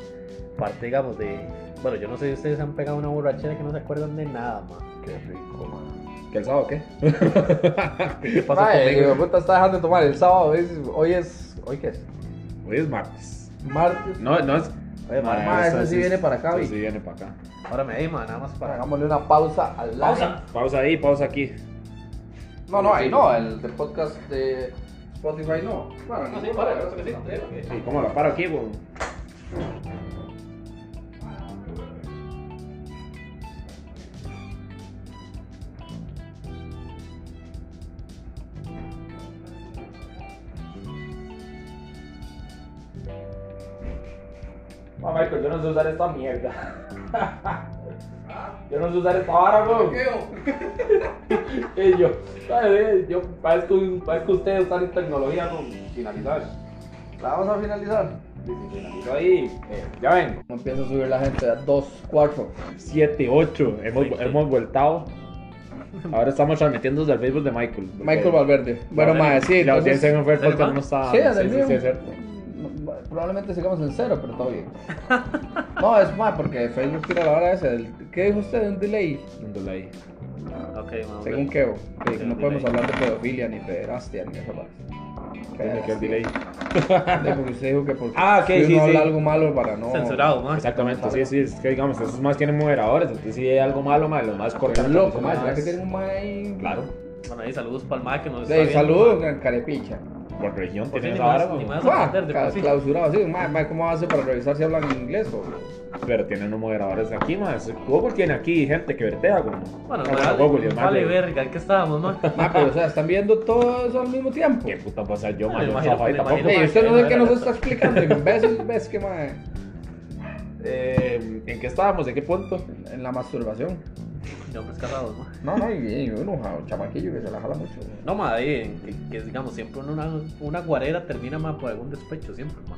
Speaker 4: Parte, digamos, de. Bueno, yo no sé si ustedes se han pegado una borrachera que no se acuerdan de nada, man.
Speaker 2: Qué rico, mae.
Speaker 3: ¿Qué el sábado qué?
Speaker 4: ¿Qué pasa
Speaker 2: Mae,
Speaker 4: conmigo?
Speaker 2: digo, puta, está dejando de tomar el sábado. es- Hoy es. ¿Hoy qué es?
Speaker 3: Hoy es martes.
Speaker 2: Martes.
Speaker 3: No, no es.
Speaker 4: Oye, man,
Speaker 3: Mae,
Speaker 2: ma,
Speaker 3: eso
Speaker 2: ese sí
Speaker 3: es-
Speaker 2: viene para acá,
Speaker 3: eso
Speaker 2: vi.
Speaker 3: Sí, viene para acá.
Speaker 4: Ahora me di, man, nada más para.
Speaker 2: Hagámosle una pausa al live.
Speaker 3: Pausa ahí, pausa aquí.
Speaker 2: No, no, ahí no. El de podcast de Spotify no. Bueno,
Speaker 3: Ah,
Speaker 2: no, sí, para, creo que sí.
Speaker 3: ¿Y cómo la paro aquí, weón? Ah, Michael, yo no sé usar esta mierda. yo no sé usar esta vara, weón. Y yo, ¿sabes? Eh, Yo parezco, un- parezco ustedes están en tecnología con finalizar.
Speaker 2: La vamos a finalizar.
Speaker 3: Finalizó ahí, eh, ya ven.
Speaker 2: No empieza a subir la gente a 2, 4.
Speaker 3: 7, 8, hemos, hemos vueltado. Ahora estamos transmitiendo desde el Facebook de Michael. porque-
Speaker 2: Michael Valverde. Bueno, mae, sí.
Speaker 3: Y La
Speaker 2: entonces-
Speaker 3: audiencia no fue porque
Speaker 4: ¿Serio,
Speaker 3: no estaba.
Speaker 2: Sí, es el
Speaker 3: sí,
Speaker 2: mío.
Speaker 3: sí, es cierto.
Speaker 2: No, Probablemente sigamos en cero, pero todo bien. No, es más, porque Facebook tira la hora esa. del- ¿Qué dijo usted de un delay?
Speaker 3: Dándole ahí.
Speaker 4: Ok, man.
Speaker 2: Según
Speaker 4: ok.
Speaker 2: Keo. que
Speaker 4: Sí,
Speaker 2: no
Speaker 4: un
Speaker 2: podemos
Speaker 4: delay.
Speaker 2: hablar de pedofilia ni pederastia ni eso.
Speaker 3: Tiene que el delay.
Speaker 2: Porque usted dijo que porque
Speaker 3: Ah, ok,
Speaker 2: si uno
Speaker 3: sí,
Speaker 2: habla
Speaker 3: sí.
Speaker 2: algo malo para no.
Speaker 4: Censurado, man.
Speaker 3: Exactamente, sí, sí, es que digamos, esos más tienen moderadores, entonces si hay algo malo, más los más
Speaker 2: Porque
Speaker 3: cortan.
Speaker 2: loco,
Speaker 3: más
Speaker 2: mae, ¿será que tienen un mae ahí?
Speaker 3: Claro,
Speaker 4: Bueno, ahí saludos para el man que nos Pues está.
Speaker 2: Sí,
Speaker 4: viendo,
Speaker 2: saludos, carepicha.
Speaker 3: por región
Speaker 4: Por fin
Speaker 3: tienen
Speaker 4: ni
Speaker 3: esa
Speaker 4: más-
Speaker 3: vara,
Speaker 4: ni
Speaker 3: weón.
Speaker 4: más
Speaker 2: Ah,
Speaker 4: aprender de
Speaker 2: ca-
Speaker 4: por sí.
Speaker 2: clausurado, sí, mae, mae, ¿cómo hace para revisar si hablan inglés? o?
Speaker 3: Pero tienen unos moderadores aquí, más. Google tiene aquí gente que vertea, como.
Speaker 4: Bueno,
Speaker 3: como
Speaker 4: vale,
Speaker 3: Google, y el
Speaker 4: vale,
Speaker 3: mae-
Speaker 4: verga, ¿en qué estábamos, man?
Speaker 2: Mae, pero o sea, están viendo todo eso al mismo tiempo.
Speaker 3: ¿Qué puta pasa yo,
Speaker 4: Ah,
Speaker 3: man?
Speaker 4: me
Speaker 3: Yo no
Speaker 4: imagino-
Speaker 3: trabajo ahí
Speaker 4: me
Speaker 3: tampoco.
Speaker 4: imagino-
Speaker 2: Ey, usted no sé qué nos está explicando, imbécil, ves que mae.
Speaker 3: Eh, ¿En qué estábamos? ¿En qué punto?
Speaker 2: En la masturbación.
Speaker 4: No, pues casados, man.
Speaker 2: No, no, y, y uno, ja, chamaquillo que se la jala mucho. güey.
Speaker 4: No, ma, ahí, que, que digamos, siempre una, una guarera termina ma, por algún despecho, siempre, ma.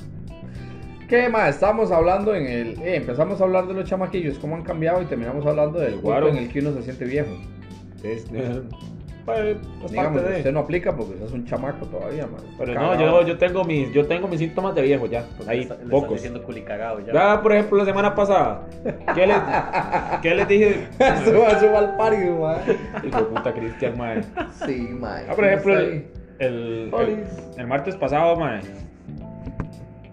Speaker 2: ¿Qué más? Estábamos hablando en el. eh, empezamos a hablar de los chamaquillos, cómo han cambiado y terminamos hablando del
Speaker 3: El
Speaker 2: cuerpo
Speaker 3: guaro.
Speaker 2: en el que uno se siente viejo.
Speaker 3: Es, eh, pues, es
Speaker 2: Digamos,
Speaker 3: parte de-
Speaker 2: usted no aplica porque usted es un chamaco todavía, man.
Speaker 3: Pero no,
Speaker 2: Cagado.
Speaker 3: yo, yo, tengo mis, yo tengo mis síntomas de viejo ya.
Speaker 4: Porque
Speaker 3: Hay
Speaker 4: Pues le está- le están
Speaker 3: pocos.
Speaker 4: diciendo culicagado ya.
Speaker 3: Ya, por ejemplo, la semana pasada, ¿qué les, ¿qué les dije?
Speaker 2: Suba, suba al parque, man.
Speaker 3: Hijo de puta Cristian, madre.
Speaker 2: Sí, man.
Speaker 3: Ah, por ejemplo,
Speaker 2: Está
Speaker 3: el,
Speaker 2: ahí.
Speaker 3: el, el,
Speaker 2: Olis.
Speaker 3: el martes pasado, madre,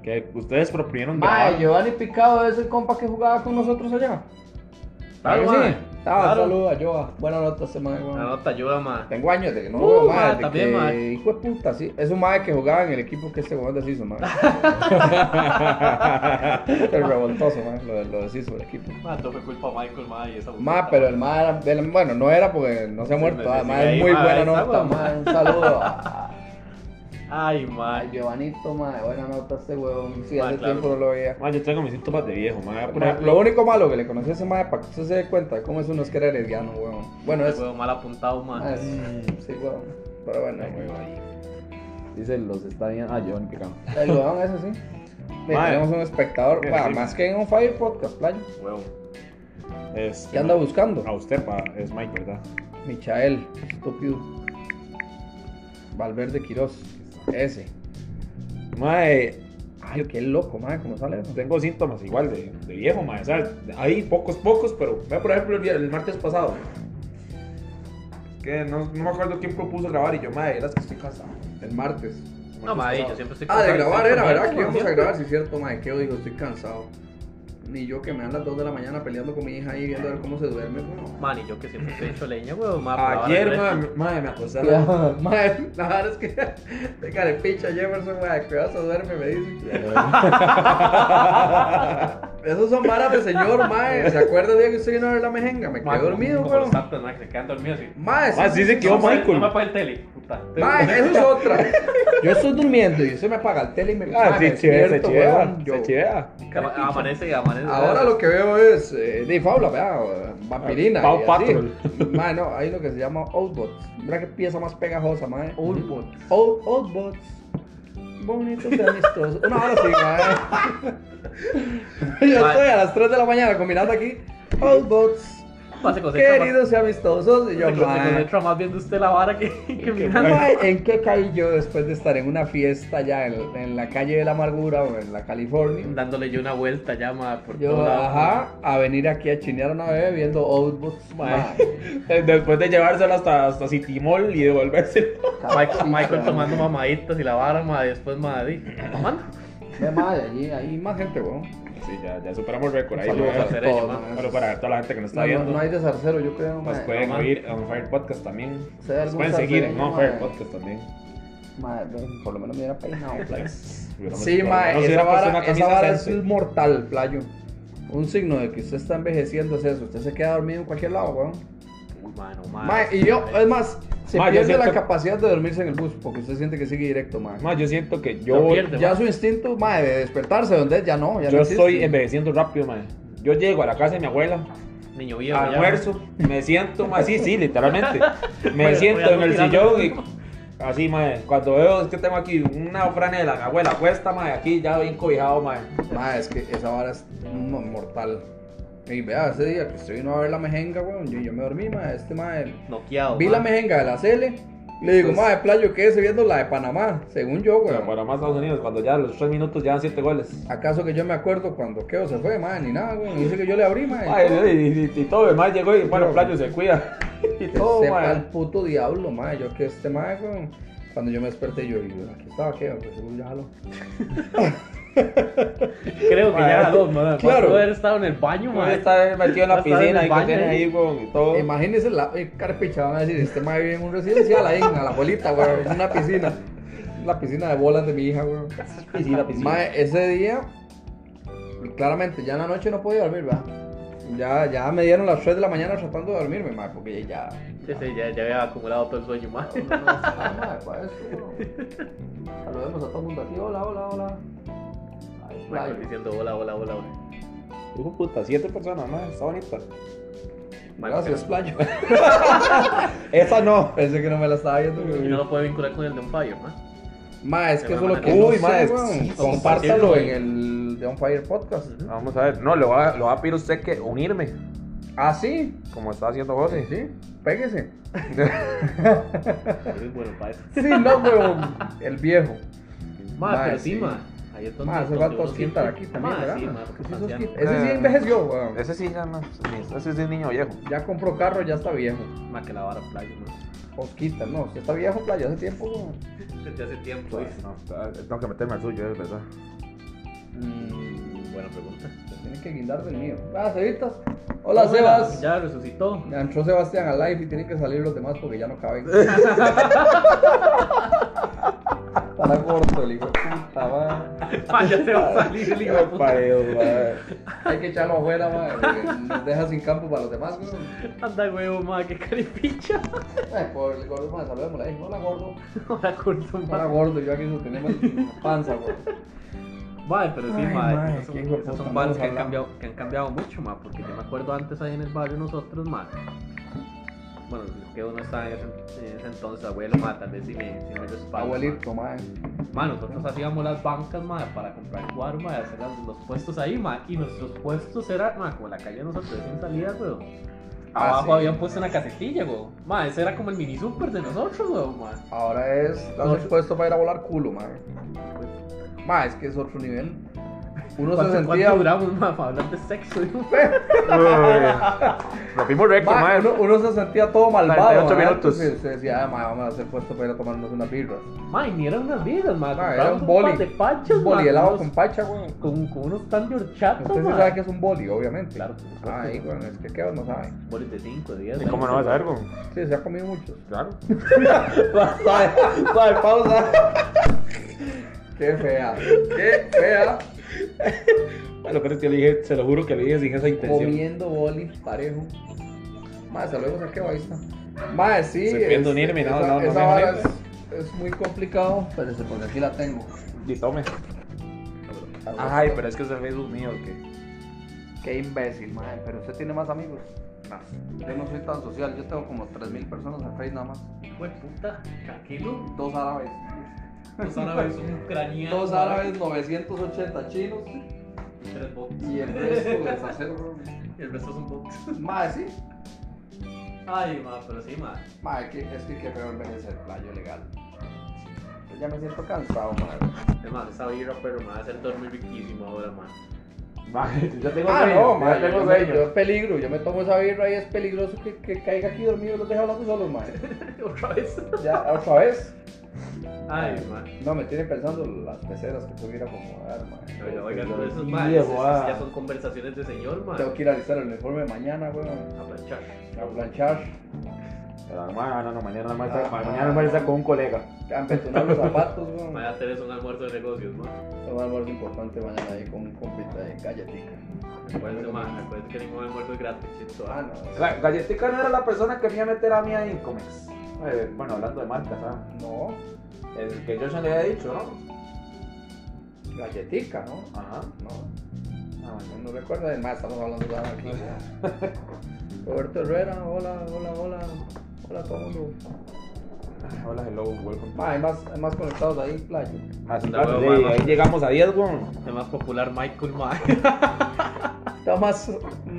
Speaker 3: que ustedes propusieron
Speaker 2: Mae,
Speaker 3: grabar.
Speaker 2: Giovanni Picado es el compa que jugaba con nosotros allá.
Speaker 4: Claro,
Speaker 2: ¿Verdad que
Speaker 4: mae?
Speaker 2: Ah,
Speaker 4: Claro.
Speaker 2: saluda, Joa. Buena nota este mae, weón.
Speaker 4: La nota ayuda, ma.
Speaker 2: Tengo años de que no
Speaker 4: Uh,
Speaker 2: veo
Speaker 4: mae,
Speaker 2: más. de
Speaker 4: también,
Speaker 2: que,
Speaker 4: mae.
Speaker 2: Hijo de puta, sí. Es un mae que jugaba en el equipo que este weón deshizo, mae. el revoltoso, mae. Lo, lo deshizo el equipo.
Speaker 4: Ma, Ah, todo fue culpa de Michael, ma, y esa
Speaker 2: Mae, pero el mae era. del- bueno, no era porque no se ha
Speaker 4: Sí,
Speaker 2: muerto.
Speaker 4: sí,
Speaker 2: ah,
Speaker 4: sí,
Speaker 2: mae,
Speaker 4: ahí,
Speaker 2: es muy
Speaker 4: mae,
Speaker 2: buena
Speaker 4: ahí está,
Speaker 2: nota,
Speaker 4: weón.
Speaker 2: mae. Un saludo. a-
Speaker 4: Ay, ma.
Speaker 2: a Giovanito, mae. Buena nota este weón. Sí,
Speaker 4: Mae,
Speaker 2: hace
Speaker 4: claro.
Speaker 2: tiempo no lo veía.
Speaker 3: Mae, yo tengo mis síntomas de viejo, madre. Por
Speaker 2: Mae,
Speaker 3: ejemplo,
Speaker 2: Lo único malo que le conocí a ese mae para que usted se dé cuenta de cómo es uno es que era herediano, weón. Bueno, es.
Speaker 4: Huevo mal apuntado,
Speaker 2: mae,
Speaker 4: ma.
Speaker 2: es- sí, weón. Pero bueno.
Speaker 1: Dice los estadios. Ah, Giovanni Picado.
Speaker 2: El huevón ese sí. Ve,
Speaker 3: Mae.
Speaker 2: tenemos un espectador,
Speaker 3: Qué
Speaker 2: va,
Speaker 3: rico.
Speaker 2: más que en un Fire Podcast, playa.
Speaker 4: Huevo.
Speaker 3: es,
Speaker 2: ¿Qué anda buscando?
Speaker 3: este, A usted, pa, es Mike, ¿verdad?
Speaker 2: Michael, estúpido. Valverde Quiroz, ese.
Speaker 3: Mae,
Speaker 2: Ay, qué loco, madre, cómo sale eso.
Speaker 3: tengo síntomas igual de, de viejo, mae. O sea, hay pocos, pocos, pero vea, por ejemplo, el, vier- el martes pasado. Que no, no me acuerdo quién propuso grabar y yo, mae, eras que estoy cansado.
Speaker 2: El martes.
Speaker 4: No, ma, yo siempre estoy
Speaker 2: Ah, de
Speaker 4: cansado,
Speaker 2: grabar
Speaker 4: siempre
Speaker 2: era,
Speaker 4: me-
Speaker 2: ¿verdad? Que
Speaker 4: siempre.
Speaker 2: íbamos a grabar, sí, cierto, madre. Que yo digo, estoy cansado. Ni yo que me dan las 2 de la mañana peleando con mi hija ahí viendo a ver cómo se duerme, bueno.
Speaker 4: Man, y yo que siempre estoy hecho leña, huevo, ma. pero ahora
Speaker 3: Ah, Ayer,
Speaker 4: fresco.
Speaker 3: mae, mae, me acosté a las
Speaker 2: Madre, la verdad es que de carepicha Jefferson, madre, cuidado se duerme, me dice. Esos son varas de señor, mae. ¿Se acuerda el día que usted vino a ver la mejenga? Me
Speaker 4: Ma,
Speaker 2: quedé dormido,
Speaker 4: como los
Speaker 2: weón.
Speaker 4: santos, ma, que se quedan dormidos así.
Speaker 2: Mae,
Speaker 3: Ah, sí, se quedó
Speaker 4: No,
Speaker 3: Michael.
Speaker 4: No me apague el tele, puta.
Speaker 2: Mae, eso es otra. Yo estoy durmiendo y usted me apaga el tele y me
Speaker 3: Ah,
Speaker 2: mae,
Speaker 3: sí,
Speaker 2: me
Speaker 3: chivea, se
Speaker 2: despierto,
Speaker 3: chivea,
Speaker 2: weón, yo-
Speaker 3: se chivea.
Speaker 4: Ama- Amanece, amanece,
Speaker 2: Ahora lo que veo es eh, de Fábula, vea, vampirina.
Speaker 3: Paw
Speaker 2: y así.
Speaker 3: Patrol.
Speaker 2: Mae, no, hay lo que se llama Outbots. Mira qué pieza más pegajosa, mae.
Speaker 3: Uh.
Speaker 4: Oldbot.
Speaker 2: Out- Outbots. Bonitos y amistosos. Una hora sí, mae. Yo
Speaker 4: Mae.
Speaker 2: estoy a las 3 de la mañana combinando aquí. Outbots.
Speaker 4: Pase con
Speaker 2: Queridos y amistosos. Y yo,
Speaker 4: Yo me
Speaker 2: mae.
Speaker 4: encuentro más viendo usted la vara que, que mirando.
Speaker 2: Mae, ¿En qué caí yo después de estar en una fiesta ya en, en la calle de la amargura o en la California?
Speaker 4: Dándole yo una vuelta ya, ma, por
Speaker 2: Yo,
Speaker 4: todo lado.
Speaker 2: ajá, a venir aquí a chinear una bebé viendo Outbots, mae.
Speaker 3: Eh, Después de llevárselo hasta, hasta City Mall y devolvérselo.
Speaker 4: Michael, Michael tomando mamaditas y la vara, ma, después, ma, di, mamando.
Speaker 2: Ve, mae, allí hay más gente, weón.
Speaker 3: Sí, ya, ya superamos el récord. Ahí
Speaker 2: Saludos
Speaker 3: lo-
Speaker 4: a Cereño,
Speaker 2: todos,
Speaker 4: man.
Speaker 2: mae.
Speaker 3: Bueno, para toda la gente que nos está
Speaker 2: No, no,
Speaker 3: viendo,
Speaker 2: no hay desarcero, yo creo,
Speaker 3: nos
Speaker 2: mae.
Speaker 3: pueden
Speaker 4: no, man.
Speaker 3: oír en Fire Podcast también.
Speaker 2: Sí,
Speaker 3: Nos
Speaker 2: algún
Speaker 3: pueden seguir en
Speaker 2: salserín,
Speaker 3: On Fire
Speaker 2: man.
Speaker 3: Podcast también.
Speaker 2: Mae, ven, por lo menos me hubiera peinado, playo. Sí,
Speaker 3: Sí,
Speaker 2: mae, esa vara, esa vara es
Speaker 3: un...
Speaker 2: mortal, playo. Un signo de que usted está envejeciendo es eso. Usted se queda dormido en cualquier lado, weón.
Speaker 4: Uy, ma, no, ma.
Speaker 2: Mae, y yo, es más, se
Speaker 3: Mae, yo
Speaker 2: pierde la
Speaker 3: siento-
Speaker 2: capacidad de dormirse en el bus porque usted siente que sigue directo, mae.
Speaker 3: yo siento que
Speaker 4: Lo
Speaker 3: yo,
Speaker 4: pierde,
Speaker 2: Ya su instinto, mae, de despertarse donde es, ya no, ya no
Speaker 3: yo estoy
Speaker 2: existe.
Speaker 3: envejeciendo rápido, mae. Yo llego a la casa de mi abuela,
Speaker 4: Niño viejo. ya.
Speaker 3: almuerzo, me siento, mae, sí, sí, literalmente. Me
Speaker 4: Voy a-
Speaker 3: siento
Speaker 4: voy a
Speaker 3: en el
Speaker 4: tirando.
Speaker 3: sillón y así, mae. Cuando veo es que tengo aquí una franela de la abuela puesta, mae, aquí ya bien cobijado, mae.
Speaker 2: Ma, es que esa vara es mo- mortal. Y vea, ese día que usted vino a ver la mejenga, weón, yo, yo me dormí, ma, este ma, el-
Speaker 4: Noqueado.
Speaker 2: vi
Speaker 4: ma.
Speaker 2: la mejenga de la Cele, le digo, ma, de playo, quédese viendo la de Panamá, según yo,
Speaker 3: Pero
Speaker 2: weón.
Speaker 3: para más Estados Unidos, cuando ya a los tres minutos ya dan siete goles.
Speaker 2: ¿Acaso que yo me acuerdo cuando Keo se fue, ma, ni nada, weón? Dice que yo le abrí, ma.
Speaker 3: Ay, y, y- y todo, mae, llegó y bueno,
Speaker 2: Yo-
Speaker 3: Playo se cuida. Y
Speaker 2: que
Speaker 3: todo,
Speaker 2: sepa
Speaker 3: mae.
Speaker 2: el puto diablo, ma, yo que este ma, weón. Cuando yo me desperté, yo, y, aquí estaba Keo, que seguro ya jaló.
Speaker 4: Creo que
Speaker 3: Ma,
Speaker 4: ya dos, ma.
Speaker 2: claro.
Speaker 4: Pudo haber estado en el baño, ma.
Speaker 3: Puede estar metido en la
Speaker 4: Va a estar en
Speaker 3: piscina
Speaker 4: el
Speaker 3: y que
Speaker 4: baño
Speaker 3: tiene
Speaker 4: ahí.
Speaker 3: ahí, weón, y todo.
Speaker 2: Imagínese la eh, carpicha, van a decir, este ma vive en un residencial ahí, en la bolita, weón, en una piscina. La piscina de bolas de mi hija, weón.
Speaker 3: Piscina, piscina.
Speaker 2: Mae, ese día, claramente, ya en la noche no podía dormir, ¿verdad? Ya, ya me dieron las 3 de la mañana tratando de dormirme, mae, porque ya...
Speaker 4: Sí, sí, ya, ya había acumulado todo el sueño, ma.
Speaker 2: No, no, mae, para eso, no. Saludemos a todo el mundo aquí, hola, hola, hola. Ay, playo.
Speaker 4: Michael diciendo hola, hola, hola, hola.
Speaker 3: Hijo de puta, siete personas, mae, está bonita.
Speaker 2: Gracias, playo.
Speaker 3: Esa no.
Speaker 2: Pensé que no me la estaba viendo.
Speaker 4: Y
Speaker 2: güey.
Speaker 4: no lo puede vincular con el de un fire, ma.
Speaker 2: Mae, es que
Speaker 4: Me
Speaker 2: eso es lo
Speaker 4: mandan
Speaker 2: que
Speaker 3: el- Uy,
Speaker 2: no
Speaker 3: mae,
Speaker 2: sé, weón.
Speaker 3: sí,
Speaker 2: Compártalo
Speaker 4: compartirlo,
Speaker 2: en el The On Fire Podcast.
Speaker 4: Ujú.
Speaker 3: Vamos a ver, no, lo va, lo va a pedir usted que unirme,
Speaker 2: Ah, sí, Oh,
Speaker 3: como está haciendo José.
Speaker 2: sí, péguese.
Speaker 4: Pero es bueno para eso.
Speaker 2: Sí, no, weón, el viejo.
Speaker 4: Ma,
Speaker 2: Ma,
Speaker 4: pero
Speaker 2: sí.
Speaker 4: sí, ma. Ahí es donde.
Speaker 2: Ma, hace
Speaker 4: donde
Speaker 2: falta
Speaker 4: uno
Speaker 2: Osquitar
Speaker 4: siente-
Speaker 2: aquí también,
Speaker 4: Ma,
Speaker 2: ¿verdad?
Speaker 4: sí, ma,
Speaker 2: Porque
Speaker 4: porque
Speaker 2: ese
Speaker 4: es
Speaker 2: es
Speaker 4: anciano. Ah.
Speaker 2: Osquitar. Ese sí envejeció, weón.
Speaker 3: Ese sí ya no, ese sí es niño viejo.
Speaker 2: Ya compró carro, ya está viejo.
Speaker 4: Ma, que la vara playa, ma.
Speaker 2: Osquita, no, usted está viejo, playa, hace tiempo, weón.
Speaker 4: Desde hace tiempo, dice.
Speaker 3: No, está- tengo que meterme al suyo, es verdad.
Speaker 2: Mm,
Speaker 4: Buena pregunta.
Speaker 2: tiene que guindar del mío. Ah, Cebitas. Hola,
Speaker 4: Hola,
Speaker 2: Sebas.
Speaker 4: Ya resucitó.
Speaker 2: Entró Sebastián al live y tienen que salir los demás porque ya no caben. Para corto, el hijo de puta, va.
Speaker 4: Ma, ya se va a salir el hijo de puta.
Speaker 2: eh. Hay que echarlo afuera, va. porque Nos deja sin campo para los demás, weón.
Speaker 4: Anda, huevo, ma, que caripicha.
Speaker 2: Ay, por el gordo, más, saludémosle. ahí. Hola, gordo.
Speaker 4: Ahora corto,
Speaker 2: Hola,
Speaker 4: ma.
Speaker 2: gordo, yo aquí sostenemos la panza, weón.
Speaker 4: Ma, pero sí,
Speaker 2: Ay, ma,
Speaker 4: ma.
Speaker 2: qué
Speaker 4: esos son-
Speaker 2: hijo de
Speaker 4: Esos
Speaker 2: puta,
Speaker 4: son bares
Speaker 2: vamos
Speaker 4: que han
Speaker 2: a hablar.
Speaker 4: cambiado, que han cambiado mucho, ma. Porque yo me acuerdo antes ahí en el barrio nosotros, ma. Bueno, es que uno estaba en ese, en ese entonces, abuelo, ma. Tal vez si me, si me respalda. ma.
Speaker 2: Abuelito, mae.
Speaker 4: Ma, nosotros hacíamos las bancas, ma, para comprar cuadro, ma, y hacer las- los puestos ahí, ma, y nuestros puestos eran, ma, como la calle de nosotros, sin salida, weón.
Speaker 2: Ah,
Speaker 4: Abajo
Speaker 2: sí.
Speaker 4: habían puesto una casetilla, weón. Ma, ese era como el mini super de nosotros, weón, ma.
Speaker 2: Ahora es. Estás
Speaker 4: No.
Speaker 2: expuesto para ir a volar culo, mae. Mae, es que es otro nivel. Uno se
Speaker 4: ¿Cuánto,
Speaker 2: sentía.
Speaker 4: cuánto duramos, ma, para hablar de sexo, digo?
Speaker 3: Lo fuimos récord, mae.
Speaker 2: Mae, uno, uno se sentía todo malvado.
Speaker 3: 48
Speaker 2: mae.
Speaker 3: minutos.
Speaker 2: Entonces, se decía, ah, mae, vamos a hacer puesto para ir a tomarnos unas birras.
Speaker 4: Ma, y ni eran unas vidas, ma,
Speaker 2: Mae,
Speaker 4: compramos
Speaker 2: era un
Speaker 4: un
Speaker 2: boli.
Speaker 4: par de panchas,
Speaker 2: Un boli
Speaker 4: ma,
Speaker 2: helado
Speaker 4: con,
Speaker 2: con pacha, güey.
Speaker 4: con, con unos tan de horchata,
Speaker 2: Usted sí
Speaker 4: ma.
Speaker 2: sabe que es un boli, obviamente.
Speaker 4: Claro, por supuesto.
Speaker 2: Ay, güey, es que qué no sabe.
Speaker 4: Bolis de 5, 10.
Speaker 3: ¿Y cómo no vas a ver, güey?
Speaker 2: Sí, se ha comido muchos.
Speaker 3: Claro.
Speaker 2: Sabe, sabe, pausa. qué fea. Qué fea.
Speaker 3: Lo que es que le dije, se lo juro que le dije sin esa intención.
Speaker 2: Comiendo boli parejo. Más, saludos a qué ahí está. Más, sí.
Speaker 3: Se puede
Speaker 2: es-
Speaker 3: unirme, no,
Speaker 2: esa-
Speaker 3: no, no
Speaker 2: esa
Speaker 3: me
Speaker 2: vara
Speaker 3: molesta.
Speaker 2: es, es muy complicado. Espérese, porque aquí la tengo. pues.
Speaker 3: Y tome. Ay, pero es que es el Facebook mío, que.
Speaker 2: Qué imbécil, madre. Pero usted tiene más amigos. No, yo no soy tan social. Yo tengo como 3.000 personas en Facebook nada más.
Speaker 4: Hijo de puta, tranquilo.
Speaker 2: Dos árabes.
Speaker 4: Los árabes son ucranianos.
Speaker 2: Dos árabes, 980 chinos.
Speaker 4: Tres bots.
Speaker 2: Y el resto de acero.
Speaker 4: Y el resto son bots.
Speaker 2: Madre, sí.
Speaker 4: Ay, ma, pero sí, ma.
Speaker 2: Madre, que, es que qué peor merece el playo legal. Yo ya me siento cansado, madre.
Speaker 4: Es más, esa birra, pero me va a hacer dormir riquísimo ahora, ma.
Speaker 3: Mae, yo ya tengo
Speaker 2: Ah,
Speaker 3: sueño,
Speaker 2: no,
Speaker 3: ya
Speaker 2: madre, tengo
Speaker 3: sueño.
Speaker 2: sueño. Es peligro. Yo me tomo esa birra y es peligroso que, que caiga aquí dormido y los deje hablando solos, madre.
Speaker 4: Otra vez.
Speaker 2: Ya, otra vez.
Speaker 4: Ay, ma.
Speaker 2: No, me tiene pensando las peceras que tuviera como dar,
Speaker 4: Oiga,
Speaker 2: madre.
Speaker 4: oiga, no, esos
Speaker 3: Sí,
Speaker 4: ma.
Speaker 3: guau.
Speaker 4: Ya son conversaciones de señor, ma.
Speaker 2: Tengo que ir a alistar el uniforme mañana, weón.
Speaker 4: A planchar.
Speaker 2: A planchar,
Speaker 3: Pero, mae, no, no, mañana me
Speaker 2: Ah.
Speaker 3: mañana me está con un colega.
Speaker 2: a empetunar los zapatos, weón.
Speaker 4: Vaya a tener un almuerzo de negocios, ma.
Speaker 2: Tomar almuerzo importante mañana ahí con un compita de galletica.
Speaker 4: Acuérdense, ma. Acuérdense que ningún almuerzo es gratis, chito.
Speaker 2: Ah, no.
Speaker 3: La galletica no era la persona que me iba a meter a mí a Incomex. Eh, bueno, hablando de marcas, ¿sabes?
Speaker 2: No,
Speaker 3: El que yo ya le había dicho, ¿no?
Speaker 2: galletica, ¿no?
Speaker 3: Ajá.
Speaker 2: No,
Speaker 3: Ah, bueno.
Speaker 2: no recuerda de más, estamos hablando de algo aquí. Roberto Herrera, hola, hola, hola. Hola a todo el mundo.
Speaker 3: Hola, hello, welcome.
Speaker 2: Ma, hay más, hay más conectados ahí, playo.
Speaker 3: Más
Speaker 4: Hasta
Speaker 3: claro,
Speaker 4: luego,
Speaker 3: sí,
Speaker 4: mamá.
Speaker 3: ahí llegamos a 10, weón.
Speaker 4: El más popular, Michael, ma.
Speaker 2: Está más,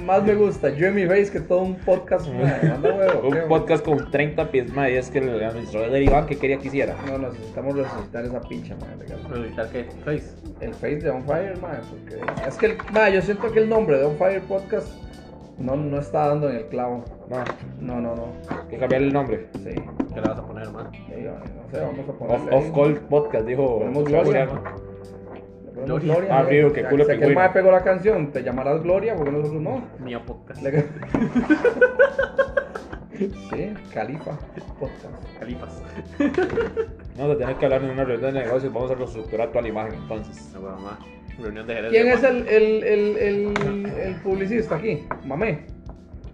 Speaker 2: más me gusta Jimmy Face que todo un podcast. ma, manda huevo,
Speaker 3: Un
Speaker 2: qué,
Speaker 3: podcast con 30 pies más y es que el administrador del Iván que quería que hiciera.
Speaker 2: No, necesitamos resucitar esa pincha, madre. cabrón.
Speaker 4: ¿Revisar qué? Face.
Speaker 2: El face de On Fire, madre, porque... Es que, el, madre, yo siento que el nombre de On Fire Podcast no, no está dando en el clavo.
Speaker 3: No,
Speaker 2: No, no, no.
Speaker 3: hay que cambiarle el nombre.
Speaker 2: Sí.
Speaker 4: ¿Qué le vas a poner, ma?
Speaker 2: Sí, no sé, vamos a
Speaker 3: Off,
Speaker 2: ponerle...
Speaker 3: off Call Podcast, dijo.
Speaker 2: Ponemos Gloria.
Speaker 3: Julián.
Speaker 2: Le ponemos Gloria.
Speaker 3: Ah,
Speaker 2: ¿no?
Speaker 3: frío, que
Speaker 2: O sea,
Speaker 3: culo
Speaker 2: o sea, que el
Speaker 3: pingüino.
Speaker 2: madre pegó la canción, te llamarás Gloria, porque nosotros no.
Speaker 4: Mía Podcast.
Speaker 2: Le- Sí, Califa Podcast.
Speaker 4: Califas.
Speaker 3: Vamos a tener que hablar en una reunión de negocios. Vamos a reestructurar toda la imagen entonces.
Speaker 4: No, ma. Reunión de gerentes.
Speaker 2: ¿Quién
Speaker 4: ma.
Speaker 2: es el, el, el, el, el publicista aquí? Mamé.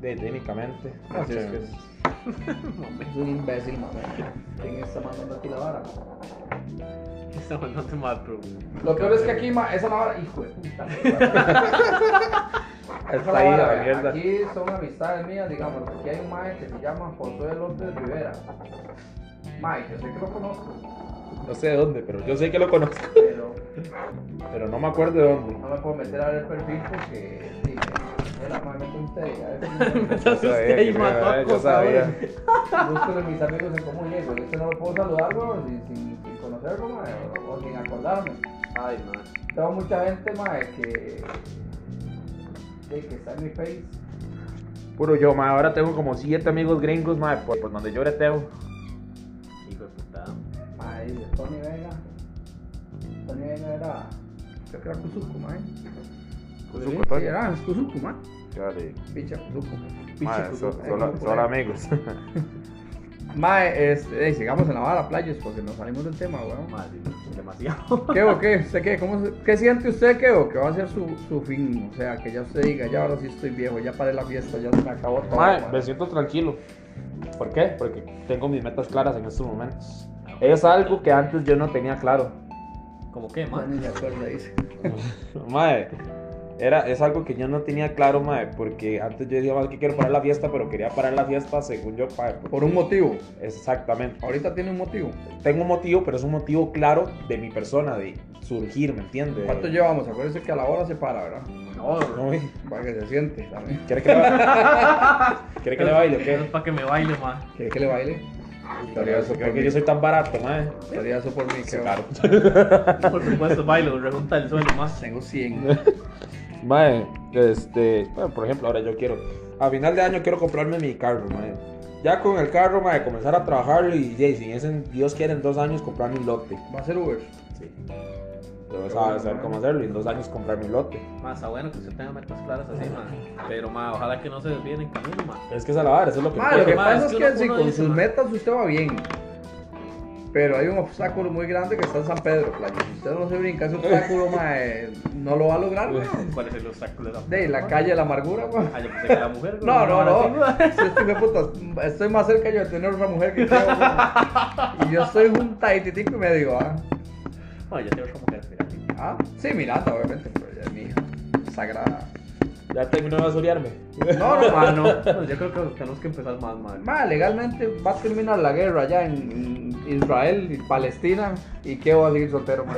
Speaker 3: De, técnicamente.
Speaker 2: Así es que es. Es un imbécil, mamé. ¿Quién está mandando aquí la vara?
Speaker 4: Está mandando mal, bro.
Speaker 2: Lo peor es que aquí, ma, esa la vara, hijo de puta. Esa
Speaker 3: Está
Speaker 2: la
Speaker 3: ahí
Speaker 2: vara,
Speaker 3: la
Speaker 2: vea,
Speaker 3: mierda.
Speaker 2: Aquí son amistades mías, digamos, porque hay un mae que se llama José López Rivera. Mae, yo sé que lo conozco,
Speaker 3: No sé de dónde, pero yo sé que lo conozco.
Speaker 2: pero
Speaker 3: Pero no me acuerdo de dónde.
Speaker 2: no me puedo meter a ver el perfil porque sí, era mae, me usted. y a ver si me-
Speaker 4: Entonces usted y
Speaker 3: que-
Speaker 4: mató a
Speaker 3: yo sabía.
Speaker 4: acosadores.
Speaker 2: Busco de mis amigos en común, y porque este no lo puedo saludar, weón, sin, sin, sin conocerlo, mae, o, o sin acordarme.
Speaker 4: Ay, ma.
Speaker 2: Tengo mucha gente, mae, que. de que está en mi face.
Speaker 3: Puro yo, ma. Ahora tengo como 7 amigos gringos, ma. Por, por donde yo breteo.
Speaker 4: Hijo de puta.
Speaker 2: Mae, dice Tony Vega. Tony Vega era. Creo que era Kuzuku, mae.
Speaker 3: Kuzuku,
Speaker 2: Pues Sí,
Speaker 3: Tony.
Speaker 2: era es Kuzuku, mae.
Speaker 3: Ya le-
Speaker 2: Picha Kuzuku.
Speaker 3: ma,
Speaker 2: Picha
Speaker 3: so-
Speaker 2: Kuzuku. eh,
Speaker 3: solo-
Speaker 2: como por
Speaker 3: solo
Speaker 2: ahí.
Speaker 3: amigos.
Speaker 2: Mae, este, ey, sigamos en la vara, playas, porque nos salimos del tema, weón.
Speaker 4: Madre, demasiado.
Speaker 2: ¿Qué o qué? ¿Usted qué? ¿Cómo se- ¿Qué siente usted, qué o? Que va a ser su, su fin. O sea, que ya usted diga, ya ahora sí estoy viejo, ya paré la fiesta, ya se me acabó todo.
Speaker 3: Mae,
Speaker 2: mae.
Speaker 3: me siento tranquilo. ¿Por qué? Porque tengo mis metas claras en estos momentos. Es algo que antes yo no tenía claro.
Speaker 4: ¿Cómo qué,
Speaker 2: Mae,
Speaker 4: ma?
Speaker 2: ni se acuerda, dice.
Speaker 3: Mae, era, es algo que yo no tenía claro, mae, porque antes yo decía, mae, que quiero parar la fiesta, pero quería parar la fiesta según yo, mae, por-
Speaker 2: Por un motivo.
Speaker 3: Exactamente.
Speaker 2: Ahorita tiene un motivo.
Speaker 3: Tengo un motivo, pero es un motivo claro de mi persona, de surgir, ¿me entiendes?
Speaker 2: ¿Cuánto llevamos? Acuérdense que a la hora se para, ¿verdad?
Speaker 4: No, bro.
Speaker 2: Para que se siente también.
Speaker 3: ¿Quiere que le ba- ¿Quiere que le baile o
Speaker 4: Eso es
Speaker 3: qué?
Speaker 4: para que me baile, ma.
Speaker 2: ¿Quiere que le baile? Estaría eso por
Speaker 3: Creo que
Speaker 2: mí.
Speaker 3: yo soy tan barato, mae.
Speaker 2: Estaría eso por mí, qué
Speaker 3: Claro.
Speaker 4: Por supuesto, bailo, rejunta el suelo, ma.
Speaker 2: Tengo 100.
Speaker 3: Mae, este, bueno, por ejemplo, ahora yo quiero, a final de año quiero comprarme mi carro, mae. Ya con el carro, mae, comenzar a trabajarlo y ya, si es en- Dios quiere, en dos años comprar mi lote.
Speaker 2: ¿Va a ser Uber?
Speaker 3: Sí. Debo saber, saber cómo hacerlo y en dos años comprar mi lote.
Speaker 4: Ma, está bueno que usted tenga metas claras así, ma. Pero, ma, ojalá que no se desvíen en camino, ma.
Speaker 3: Es que es a la vara, eso es lo que
Speaker 2: Ah, lo que
Speaker 3: importa.
Speaker 4: ma,
Speaker 2: pasa es
Speaker 4: es que
Speaker 2: que
Speaker 4: uno-
Speaker 2: si
Speaker 4: uno
Speaker 2: con
Speaker 4: dice,
Speaker 2: sus
Speaker 4: ma.
Speaker 2: metas usted va bien. Pero hay un obstáculo muy grande que está en San Pedro, playa. Si usted no se brinca ese obstáculo, mae, no lo va a lograr, weón.
Speaker 4: ¿Cuál es el obstáculo de la
Speaker 2: De la calle de la amargura, weón.
Speaker 4: Ah, yo pensé que era mujer,
Speaker 2: No,
Speaker 4: güey.
Speaker 2: no, no.
Speaker 4: así,
Speaker 2: Sí, este hijo de puta, estoy más cerca yo de tener otra mujer que creo. weón. Y yo soy un taititico y medio, ¿ah?
Speaker 4: güey. No, yo tengo otra mujer, mira.
Speaker 2: ¿Ah? Sí, Miranda, obviamente, pero ella es mi hija sagrada.
Speaker 3: Ya terminó de basurearme.
Speaker 2: No, no, ma, no.
Speaker 4: Bueno, yo creo que tenemos que empezar más, madre.
Speaker 2: Ma, legalmente va a terminar la guerra allá en en Israel y Palestina y que va a seguir soltero, ma.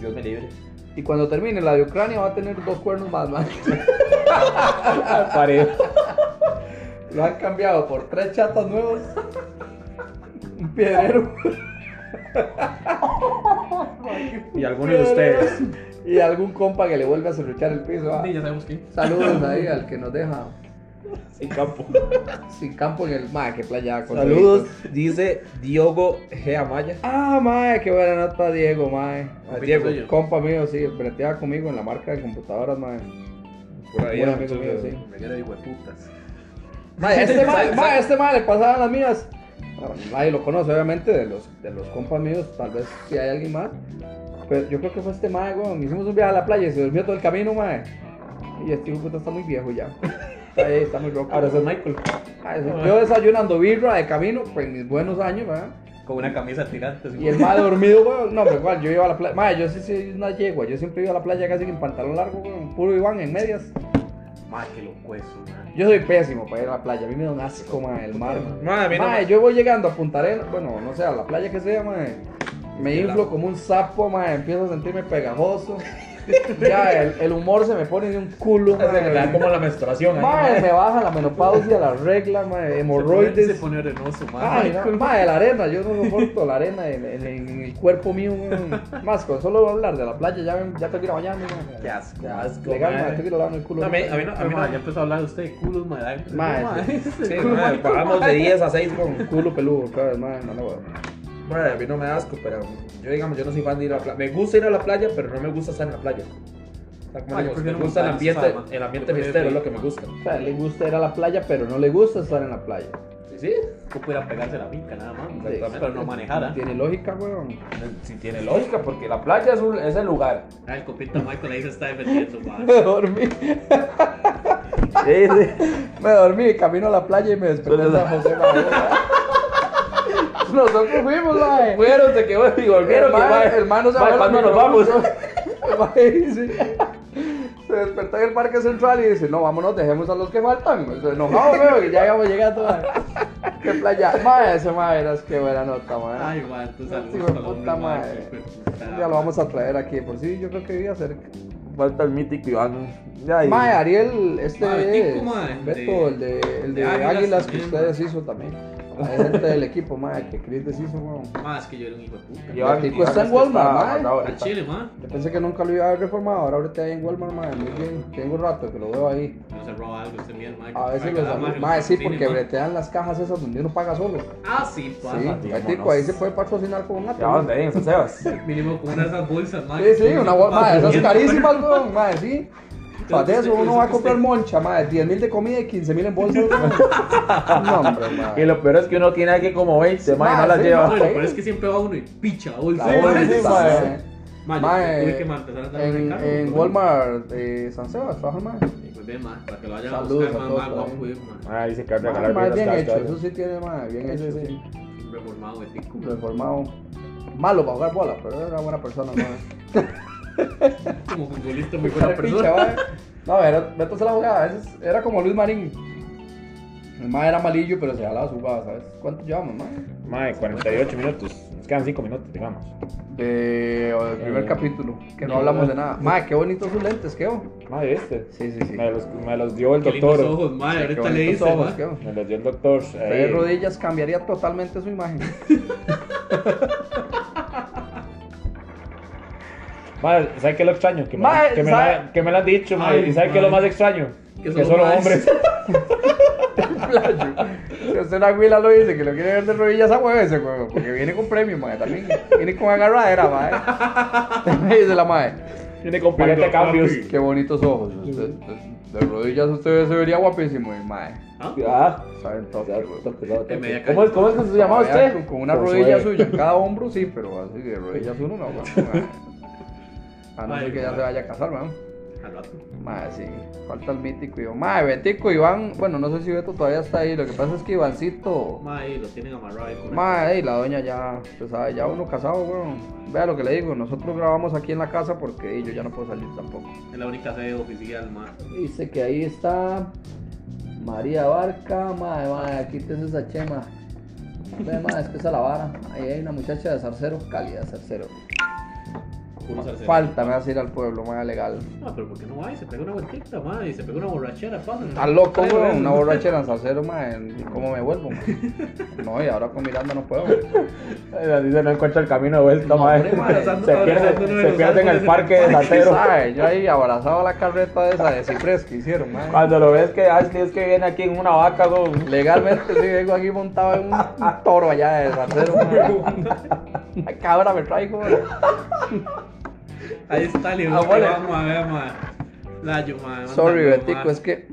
Speaker 3: Dios me libre.
Speaker 2: Y cuando termine la de Ucrania va a tener dos cuernos más, ma.
Speaker 3: Parejo.
Speaker 2: Lo han cambiado por tres chatas nuevas, un piedrero
Speaker 3: Y algunos de ustedes.
Speaker 2: y algún compa que le vuelve a cerruchar el piso. ah.
Speaker 4: Sí, ya sabemos quién.
Speaker 2: Saludos ahí al que nos deja
Speaker 3: Sin campo.
Speaker 2: sin campo en el ma, que playa con
Speaker 3: Saludos, dice Diogo G. Amaya.
Speaker 2: Ah, mae, qué buena nota, Diego, mae. A
Speaker 4: Compita
Speaker 2: Diego,
Speaker 4: suyo.
Speaker 2: compa mío, sí, breteaba conmigo en la marca de computadoras, mae.
Speaker 3: Por ahí,
Speaker 2: Un
Speaker 3: a
Speaker 2: amigo mío,
Speaker 3: muchos de-
Speaker 2: sí.
Speaker 4: Me quedé hijo de putas.
Speaker 2: Mae, este mae, mae, este mae le pasaban las mías. Bueno, Nadie lo conoce, obviamente, de los, de los compas míos, tal vez si hay alguien más. Pero yo creo que fue este mae, weón. Hicimos un viaje a la playa y se durmió todo el camino, mae. Y este hijo de puta está muy viejo ya. Está, ahí, está muy roco.
Speaker 3: Ahora es Michael.
Speaker 2: Mae, se- yo desayunando birra de camino, pues en mis buenos años, mae.
Speaker 4: Con una camisa tirantes.
Speaker 2: Y el mal dormido, weón. No, pero igual, yo iba a la playa. Madre, yo sí soy una yegua. Yo siempre iba a la playa casi que en pantalón largo, weón. Puro Iván en medias.
Speaker 4: Madre, qué loco eso, madre.
Speaker 2: Yo soy pésimo para ir a la playa. A mí me da un asco, madre, el mar.
Speaker 3: Madre, a mí no
Speaker 2: Madre,
Speaker 3: me-
Speaker 2: yo voy llegando a Punta Arenas. Bueno, no sé, a la playa que sea, madre. Me inflo como un sapo, madre. Empiezo a sentirme pegajoso. ya, el, el humor se me pone de un culo,
Speaker 3: Le da
Speaker 2: madre.
Speaker 3: como la menstruación. ¿eh? ahí,
Speaker 2: Madre,
Speaker 3: madre.
Speaker 2: me baja la menopausia, la regla, madre.
Speaker 4: Hemorroides.
Speaker 2: Hemorroides.
Speaker 4: Se pone arenoso, madre.
Speaker 2: Ay, no, mae, la arena, yo no soporto la arena en, en- en el cuerpo mío. weón. Más, con solo hablar de la playa ya, me- ya tengo que ir a bañarme. weón.
Speaker 4: Qué asco,
Speaker 2: Qué
Speaker 3: asco,
Speaker 2: Legal,
Speaker 3: mae.
Speaker 2: mae, tengo que ir a lavarme el culo.
Speaker 3: No, a mí- a mí no- a mí
Speaker 4: Pero, madre,
Speaker 3: no.
Speaker 4: ya empezó a hablar de usted de culos, madre.
Speaker 2: Madre,
Speaker 3: Sí, madre, bajamos de 10 a 6 con.
Speaker 2: Culo peludo, otra vez, mae, no, no, weón.
Speaker 3: Madre, a mí no me da asco, pero yo, digamos, yo no soy fan de ir a la playa. Me gusta ir a la playa, pero no me gusta estar en la playa. O sea, como
Speaker 4: Ah, yo
Speaker 3: digo,
Speaker 4: prefiero
Speaker 3: me gusta el
Speaker 4: montañas,
Speaker 3: ambiente,
Speaker 4: además.
Speaker 3: el
Speaker 4: Yo
Speaker 3: ambiente
Speaker 4: prefiero
Speaker 3: fiestero,
Speaker 4: ir.
Speaker 3: es lo que me gusta.
Speaker 2: O sea, le gusta ir a la playa, pero no le gusta estar en la playa.
Speaker 3: Sí, sí,
Speaker 4: Yo pudiera pegarse la finca nada más.
Speaker 3: Exactamente.
Speaker 4: Pero no manejara.
Speaker 2: Tiene lógica, weón.
Speaker 3: sí tiene lógica, porque la playa es, un- es el lugar.
Speaker 4: Ah, el copito Michael ahí se está defendiendo, madre.
Speaker 2: Me dormí, me dormí, camino a la playa y me desperté en San José, mae. Nosotros fuimos, mae.
Speaker 3: Fueron, se quedó y volvieron.
Speaker 2: El man-
Speaker 3: que, madre,
Speaker 2: el man no se
Speaker 3: madre,
Speaker 2: acuerda
Speaker 3: ¿Cuándo
Speaker 2: ni
Speaker 3: nos
Speaker 2: cómo
Speaker 3: vamos?
Speaker 2: El man dice- Se despertó en el parque central y dice, no, vámonos, dejemos a los que faltan. Nos vamos, weón, que ya habíamos llegado. mae. Qué playa. Madre, ese madre, verás qué buena nota, madre.
Speaker 4: Ay, madre, tú saludos.
Speaker 2: hijo de
Speaker 4: para el hombre,
Speaker 2: puta
Speaker 4: madre,
Speaker 2: madre.
Speaker 4: hijo de puta.
Speaker 2: Ya lo vamos a traer aquí, de por sí, yo creo que iba a cerca.
Speaker 3: Falta el mítico Iván. Ya, y-
Speaker 2: Mae, Ariel, este
Speaker 4: Mae,
Speaker 2: es
Speaker 4: tico, mae,
Speaker 2: Beto,
Speaker 4: de-
Speaker 2: el de, el
Speaker 4: de
Speaker 2: de
Speaker 4: Águilas
Speaker 2: Águilas que
Speaker 4: también,
Speaker 2: ustedes hizo también. Hay gente del equipo, madre, que Chris deshizo, weón.
Speaker 4: Mae, es que yo era un hijo de puta.
Speaker 3: Iván-
Speaker 2: el tico
Speaker 3: Iván
Speaker 2: está en
Speaker 3: es que
Speaker 2: Walmart, mae.
Speaker 3: mandado
Speaker 4: Al
Speaker 3: ahorita.
Speaker 4: chile, madre.
Speaker 2: Yo pensé que nunca lo iba a haber reformado, ahora ahorita hay en Walmart, madre, muy bien. Tengo un rato que lo veo ahí.
Speaker 4: No se roba algo este usted bien, madre.
Speaker 2: A veces
Speaker 4: Cada
Speaker 2: los
Speaker 4: madre
Speaker 2: amigos.
Speaker 4: que
Speaker 2: Mae, sí,
Speaker 4: patrocine,
Speaker 2: porque
Speaker 4: mae.
Speaker 2: bretean las cajas esas donde uno paga solo.
Speaker 4: Ah, sí, pasa.
Speaker 2: Sí,
Speaker 4: tío.
Speaker 2: ahí, tico, ahí se puede patrocinar con una.
Speaker 3: Ya, ¿dónde? Ahí En San Sebas.
Speaker 4: Mínimo con una de esas bolsas, madre.
Speaker 2: Sí, sí, una
Speaker 4: bolsa.
Speaker 2: bolsa. Esas carísimas, weón, madre, sí. Para eso uno va a comprar
Speaker 4: Entonces,
Speaker 2: moncha, madre. 10 mil de comida y 15 mil en bolsas. weón. No, hombre,
Speaker 3: Y
Speaker 2: madre.
Speaker 3: lo peor es que uno tiene aquí como 20, madre,
Speaker 2: madre,
Speaker 3: no las
Speaker 2: Ah, sí,
Speaker 4: No,
Speaker 2: madre.
Speaker 3: lleva.
Speaker 4: lo peor es que siempre va uno y picha bolsa.
Speaker 2: La bolsa, mae.
Speaker 4: mae. Mae, yo
Speaker 2: Mae,
Speaker 4: tuve que empezar a andar en el
Speaker 2: En,
Speaker 4: carro,
Speaker 2: en
Speaker 4: weón.
Speaker 2: Walmart de San Sebas, trabaja el madre.
Speaker 4: Y Pues bien, mae, para que lo vayan a
Speaker 2: Saludos
Speaker 4: buscar,
Speaker 2: a
Speaker 4: mae,
Speaker 2: todos
Speaker 4: mae,
Speaker 2: por ahí.
Speaker 4: guapo, eh, mae.
Speaker 3: Ah, dice que habla
Speaker 2: Madre, madre, bien hecho, eso sí tiene, madre, bien
Speaker 3: Sí,
Speaker 2: hecho,
Speaker 3: sí,
Speaker 2: sí.
Speaker 4: Reformado, eh, tico.
Speaker 2: Reformado. Malo para jugar bola, pero era buena persona, madre.
Speaker 4: Como futbolista, muy
Speaker 2: Era
Speaker 4: buena
Speaker 2: pincha,
Speaker 4: persona.
Speaker 2: mae. No, era, Beto se la jugaba, a veces era como Luis Marín. El mae era malillo, pero se jalaba su jugada, ¿sabes? ¿Cuánto llevamos, mae?
Speaker 3: Madre, 48 minutos. Nos quedan 5 minutos, digamos.
Speaker 2: De, o del primer
Speaker 3: Eh,
Speaker 2: capítulo, que no
Speaker 3: no,
Speaker 2: hablamos de
Speaker 3: no.
Speaker 2: nada. Mae, qué bonitos sus lentes, queo.
Speaker 3: Madre, este.
Speaker 2: Sí, sí, sí.
Speaker 3: Me los, me los dio el
Speaker 4: Qué lindos
Speaker 3: doctor.
Speaker 4: ojos, mae,
Speaker 2: Qué
Speaker 4: ahorita le
Speaker 2: bonitos
Speaker 4: hice,
Speaker 2: ojos,
Speaker 4: mae.
Speaker 2: queo.
Speaker 3: Me los dio el doctor.
Speaker 2: Tres
Speaker 3: ahí.
Speaker 2: rodillas cambiaría totalmente su imagen.
Speaker 3: Madre, ¿sabes qué es lo extraño? Que me,
Speaker 2: Madre,
Speaker 3: que me,
Speaker 2: ¿sabe?
Speaker 3: la- que me lo han dicho, madre.
Speaker 4: Ay,
Speaker 3: ¿Y sabes qué es lo
Speaker 4: madre.
Speaker 3: más extraño?
Speaker 4: Que
Speaker 3: Que
Speaker 4: somos
Speaker 3: solo
Speaker 4: madres.
Speaker 3: hombres.
Speaker 2: playo. Si usted una huila lo dice que lo quiere ver de rodillas a ese huevo, porque viene con premio, mae, también. Viene con agarradera, mae. Me dice la mae.
Speaker 3: Tiene con paleta de
Speaker 4: Venga,
Speaker 3: cambios.
Speaker 4: papi.
Speaker 2: Qué bonitos ojos. Usted- de, de rodillas usted se vería guapísimo, y mae.
Speaker 4: ¿Ah?
Speaker 3: Ah,
Speaker 2: Saben todo.
Speaker 3: ya,
Speaker 2: huevo.
Speaker 3: toque, toque.
Speaker 4: En media
Speaker 3: ¿Cómo es, ¿Cómo es que se llamaba
Speaker 2: Vea,
Speaker 3: usted? E.
Speaker 2: Con, con una
Speaker 3: Josué.
Speaker 2: rodilla suya en cada hombro, sí, pero así de rodillas uno no. mae. A no
Speaker 4: Ay,
Speaker 2: ser que ya
Speaker 4: mae.
Speaker 2: se vaya a casar, mae.
Speaker 4: al rato.
Speaker 2: Madre, sí, falta el mítico Iván. Madre, Betico, Iván, bueno, no sé si Beto todavía está ahí, lo que pasa es que Ivancito,
Speaker 4: Ma, ahí lo tienen amarrado ahí con una-
Speaker 2: madre, y la doña ya, usted sabe, ya uno casado, weón. Vea lo que le digo, nosotros grabamos aquí en la casa porque y, yo ya no puedo salir tampoco.
Speaker 4: Es la única sede oficial, ma.
Speaker 2: Dice que ahí está María Barca, madre, madre, aquí tienes esa chema. Ve, madre, es que esa la vara. Ahí hay una muchacha de Zarcero, cálida Zarcero.
Speaker 4: Puro salsero.
Speaker 2: Falta me hace ir al pueblo, madre, legal.
Speaker 4: Ma, pero ¿por qué no va? Y se pega una vueltita, ma, y se pega una borrachera, pasa.
Speaker 2: Está loco,
Speaker 4: Ay,
Speaker 2: weón.
Speaker 4: bueno.
Speaker 2: Una borrachera en salsero, man. ¿Cómo me vuelvo, man? No, y ahora con Miranda no puedo.
Speaker 3: Así se no encuentra el camino de vuelta,
Speaker 2: No,
Speaker 3: mae.
Speaker 2: hombre, mae,
Speaker 3: Se
Speaker 4: abrazando- abrazando
Speaker 3: pierde,
Speaker 4: uno de
Speaker 3: se
Speaker 4: los
Speaker 3: pierde en el
Speaker 4: árboles.
Speaker 3: parque de Santero.
Speaker 2: ¿Sabes? Yo ahí abrazado a la carreta de esa de ciprés que hicieron, man.
Speaker 3: Cuando lo ves que Ashley es que viene aquí en una vaca, weón.
Speaker 2: Legalmente sí vengo aquí montado en un un toro allá de salsero, man. Ay, Cabra me traigo, weón.
Speaker 4: Ahí está, le
Speaker 2: Ah, bueno.
Speaker 4: vamos a ver, ma. Layo, ma.
Speaker 2: Sorry,
Speaker 4: mándalo, ma.
Speaker 2: Betico, es que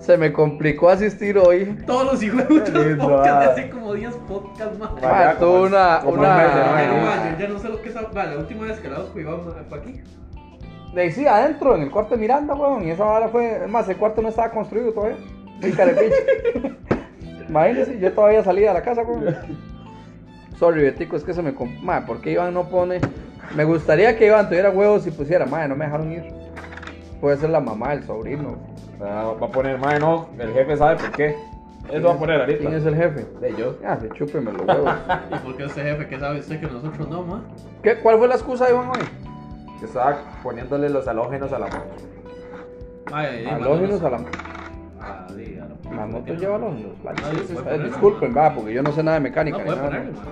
Speaker 2: se me complicó asistir hoy.
Speaker 4: Todos los hijos de
Speaker 3: Qué lindo,
Speaker 4: podcasts, de
Speaker 3: ah.
Speaker 4: hace como 10 podcasts, ma.
Speaker 3: Vaya,
Speaker 2: Ah,
Speaker 3: como-
Speaker 2: tuve una.
Speaker 3: pues, como
Speaker 2: una-
Speaker 3: un mes de
Speaker 4: Ay,
Speaker 3: Ah.
Speaker 4: ma, yo ya no sé lo que es. Vale, la última vez que la pues, busco iba ma, pa' aquí.
Speaker 2: De sí, adentro, en el cuarto de Miranda, weón. Y esa vara fue. Es más, el cuarto no estaba construido todavía. Y carepiche. Imagínense, yo todavía salía de la casa, weón. Sorry, Betico, es que se me. com- Madre, ¿por qué Iván no pone.? Me gustaría que Iván tuviera huevos y pusiera. Madre, no me dejaron ir. Puede ser la mamá, el sobrino.
Speaker 3: Ah, va a poner, mae, no. El jefe sabe por qué. Eso va a poner
Speaker 2: ¿Quién
Speaker 3: ahorita.
Speaker 2: es el jefe?
Speaker 3: De yo.
Speaker 2: Ah, se chúpeme los huevos.
Speaker 4: ¿Y por qué ese jefe que sabe usted que nosotros no, ma?
Speaker 2: ¿Qué, ¿Cuál fue la excusa de Iván hoy?
Speaker 3: Que estaba poniéndole los halógenos a la moto.
Speaker 4: Ay, ay,
Speaker 2: Halógenos a
Speaker 4: ma,
Speaker 2: la.
Speaker 4: pues. Ah, sí, a la-
Speaker 2: La moto lleva halógenos. vale.
Speaker 4: Ah, sí, sí,
Speaker 2: Eh,
Speaker 4: sí.
Speaker 2: disculpen, va, porque yo no sé nada de mecánica.
Speaker 4: No,
Speaker 2: ni
Speaker 4: puede
Speaker 2: nada,
Speaker 4: ponerle,
Speaker 2: ¿no?
Speaker 4: ma.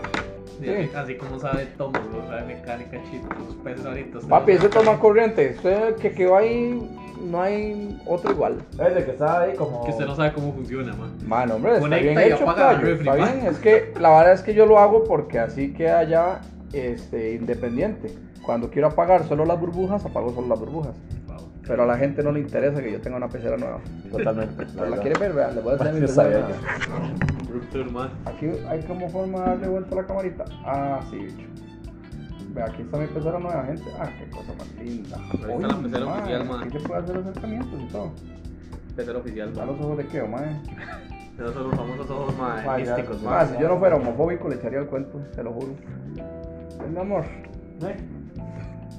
Speaker 2: Sí.
Speaker 4: Así como sabe Tom, bro, sabe mecánica, chico, los peces ahorita. usted
Speaker 2: Papi,
Speaker 4: no
Speaker 2: ese
Speaker 4: sabe.
Speaker 2: toma corriente. Usted que quedó ahí, no hay otro igual.
Speaker 3: Ese que estaba ahí como.
Speaker 4: Que usted no sabe cómo funciona, ma.
Speaker 2: Mano, hombre, está
Speaker 4: Conecta
Speaker 2: bien
Speaker 4: y
Speaker 2: hecho,
Speaker 4: apaga
Speaker 2: caballo,
Speaker 4: el refri,
Speaker 2: Está
Speaker 4: man.
Speaker 2: bien, es que la verdad es que yo lo hago porque así queda ya este, independiente. Cuando quiero apagar solo las burbujas, apago solo las burbujas. Pero a la gente no le interesa que yo tenga una pecera nueva.
Speaker 3: Totalmente.
Speaker 2: Pero la quiere ver, vean, le voy a enseñar mi
Speaker 3: Yo
Speaker 2: pecera
Speaker 3: sabía
Speaker 2: nueva.
Speaker 4: Rupture, ma.
Speaker 2: Aquí hay como forma de darle vuelta a la camarita. Ah, sí, bicho. Ve, aquí está mi pecera nueva, gente. Ah, qué cosa más linda.
Speaker 4: está
Speaker 2: Uy,
Speaker 4: la pecera oficial, man.
Speaker 2: Aquí se puede hacer acercamientos y todo.
Speaker 4: Tercer oficial,
Speaker 2: Da
Speaker 4: ma.
Speaker 2: los ojos de qué, mae.
Speaker 4: Esos son los famosos ojos, ma,
Speaker 3: Vaya.
Speaker 4: místicos, ma.
Speaker 2: Mae, si yo no fuera homofóbico le echaría el cuento, te lo juro. Eh, Mi amor,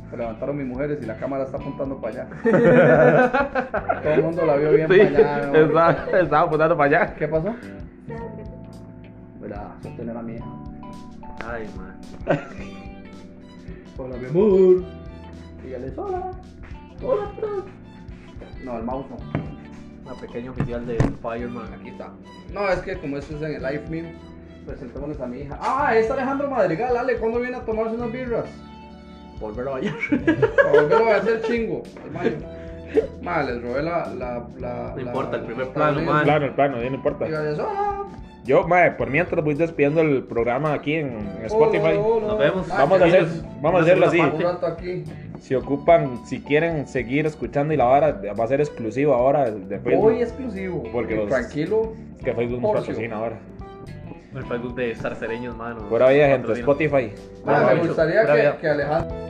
Speaker 2: se levantaron mis mujeres y la cámara está apuntando para allá. Todo el mundo la vio bien para allá. mi amor.
Speaker 3: estaba apuntando para allá.
Speaker 2: ¿Qué pasó? Mira, sostener a mi hija.
Speaker 4: Ay, ma.
Speaker 2: Hola, mi amor. Dígale, hola. Hola, No, el mouse no.
Speaker 4: Una pequeña oficial de Fireman.
Speaker 2: Aquí está. No, es que como esto es en el live mío, presentémonos a mi hija. Ah, es Alejandro Madrigal. Ale, ¿cuándo viene a tomarse unas birras?
Speaker 4: Volver a bailar.
Speaker 2: Yo lo voy a hacer chingo, hermano. Ma, les robé la. la, la
Speaker 4: No importa, el primer plano, ma.
Speaker 3: El plano, el plano, ya no importa.
Speaker 2: Dígales, hola.
Speaker 3: Yo, mae, por mientras voy despidiendo el programa aquí en Spotify.
Speaker 2: Hola, hola.
Speaker 4: Nos vemos.
Speaker 2: Ah,
Speaker 3: Vamos a
Speaker 2: que
Speaker 3: hacer,
Speaker 2: vienes
Speaker 3: vamos a
Speaker 4: Una
Speaker 3: hacerlo así.
Speaker 4: segunda
Speaker 2: Un rato aquí.
Speaker 3: Si ocupan, si quieren seguir escuchando y la vara, va a ser exclusivo ahora de Facebook.
Speaker 2: Hoy exclusivo.
Speaker 3: Porque los-
Speaker 2: Tranquilo.
Speaker 3: Es que Facebook nos
Speaker 2: Porcio.
Speaker 3: patrocina ahora.
Speaker 4: El Facebook de Sarcereños, mano.
Speaker 3: Por ahí, gente,
Speaker 4: Patrocina.
Speaker 3: Spotify.
Speaker 2: Ma,
Speaker 4: Bueno,
Speaker 2: me
Speaker 4: mucho.
Speaker 2: gustaría
Speaker 4: Pura
Speaker 2: que,
Speaker 4: vida.
Speaker 2: que Alejandro.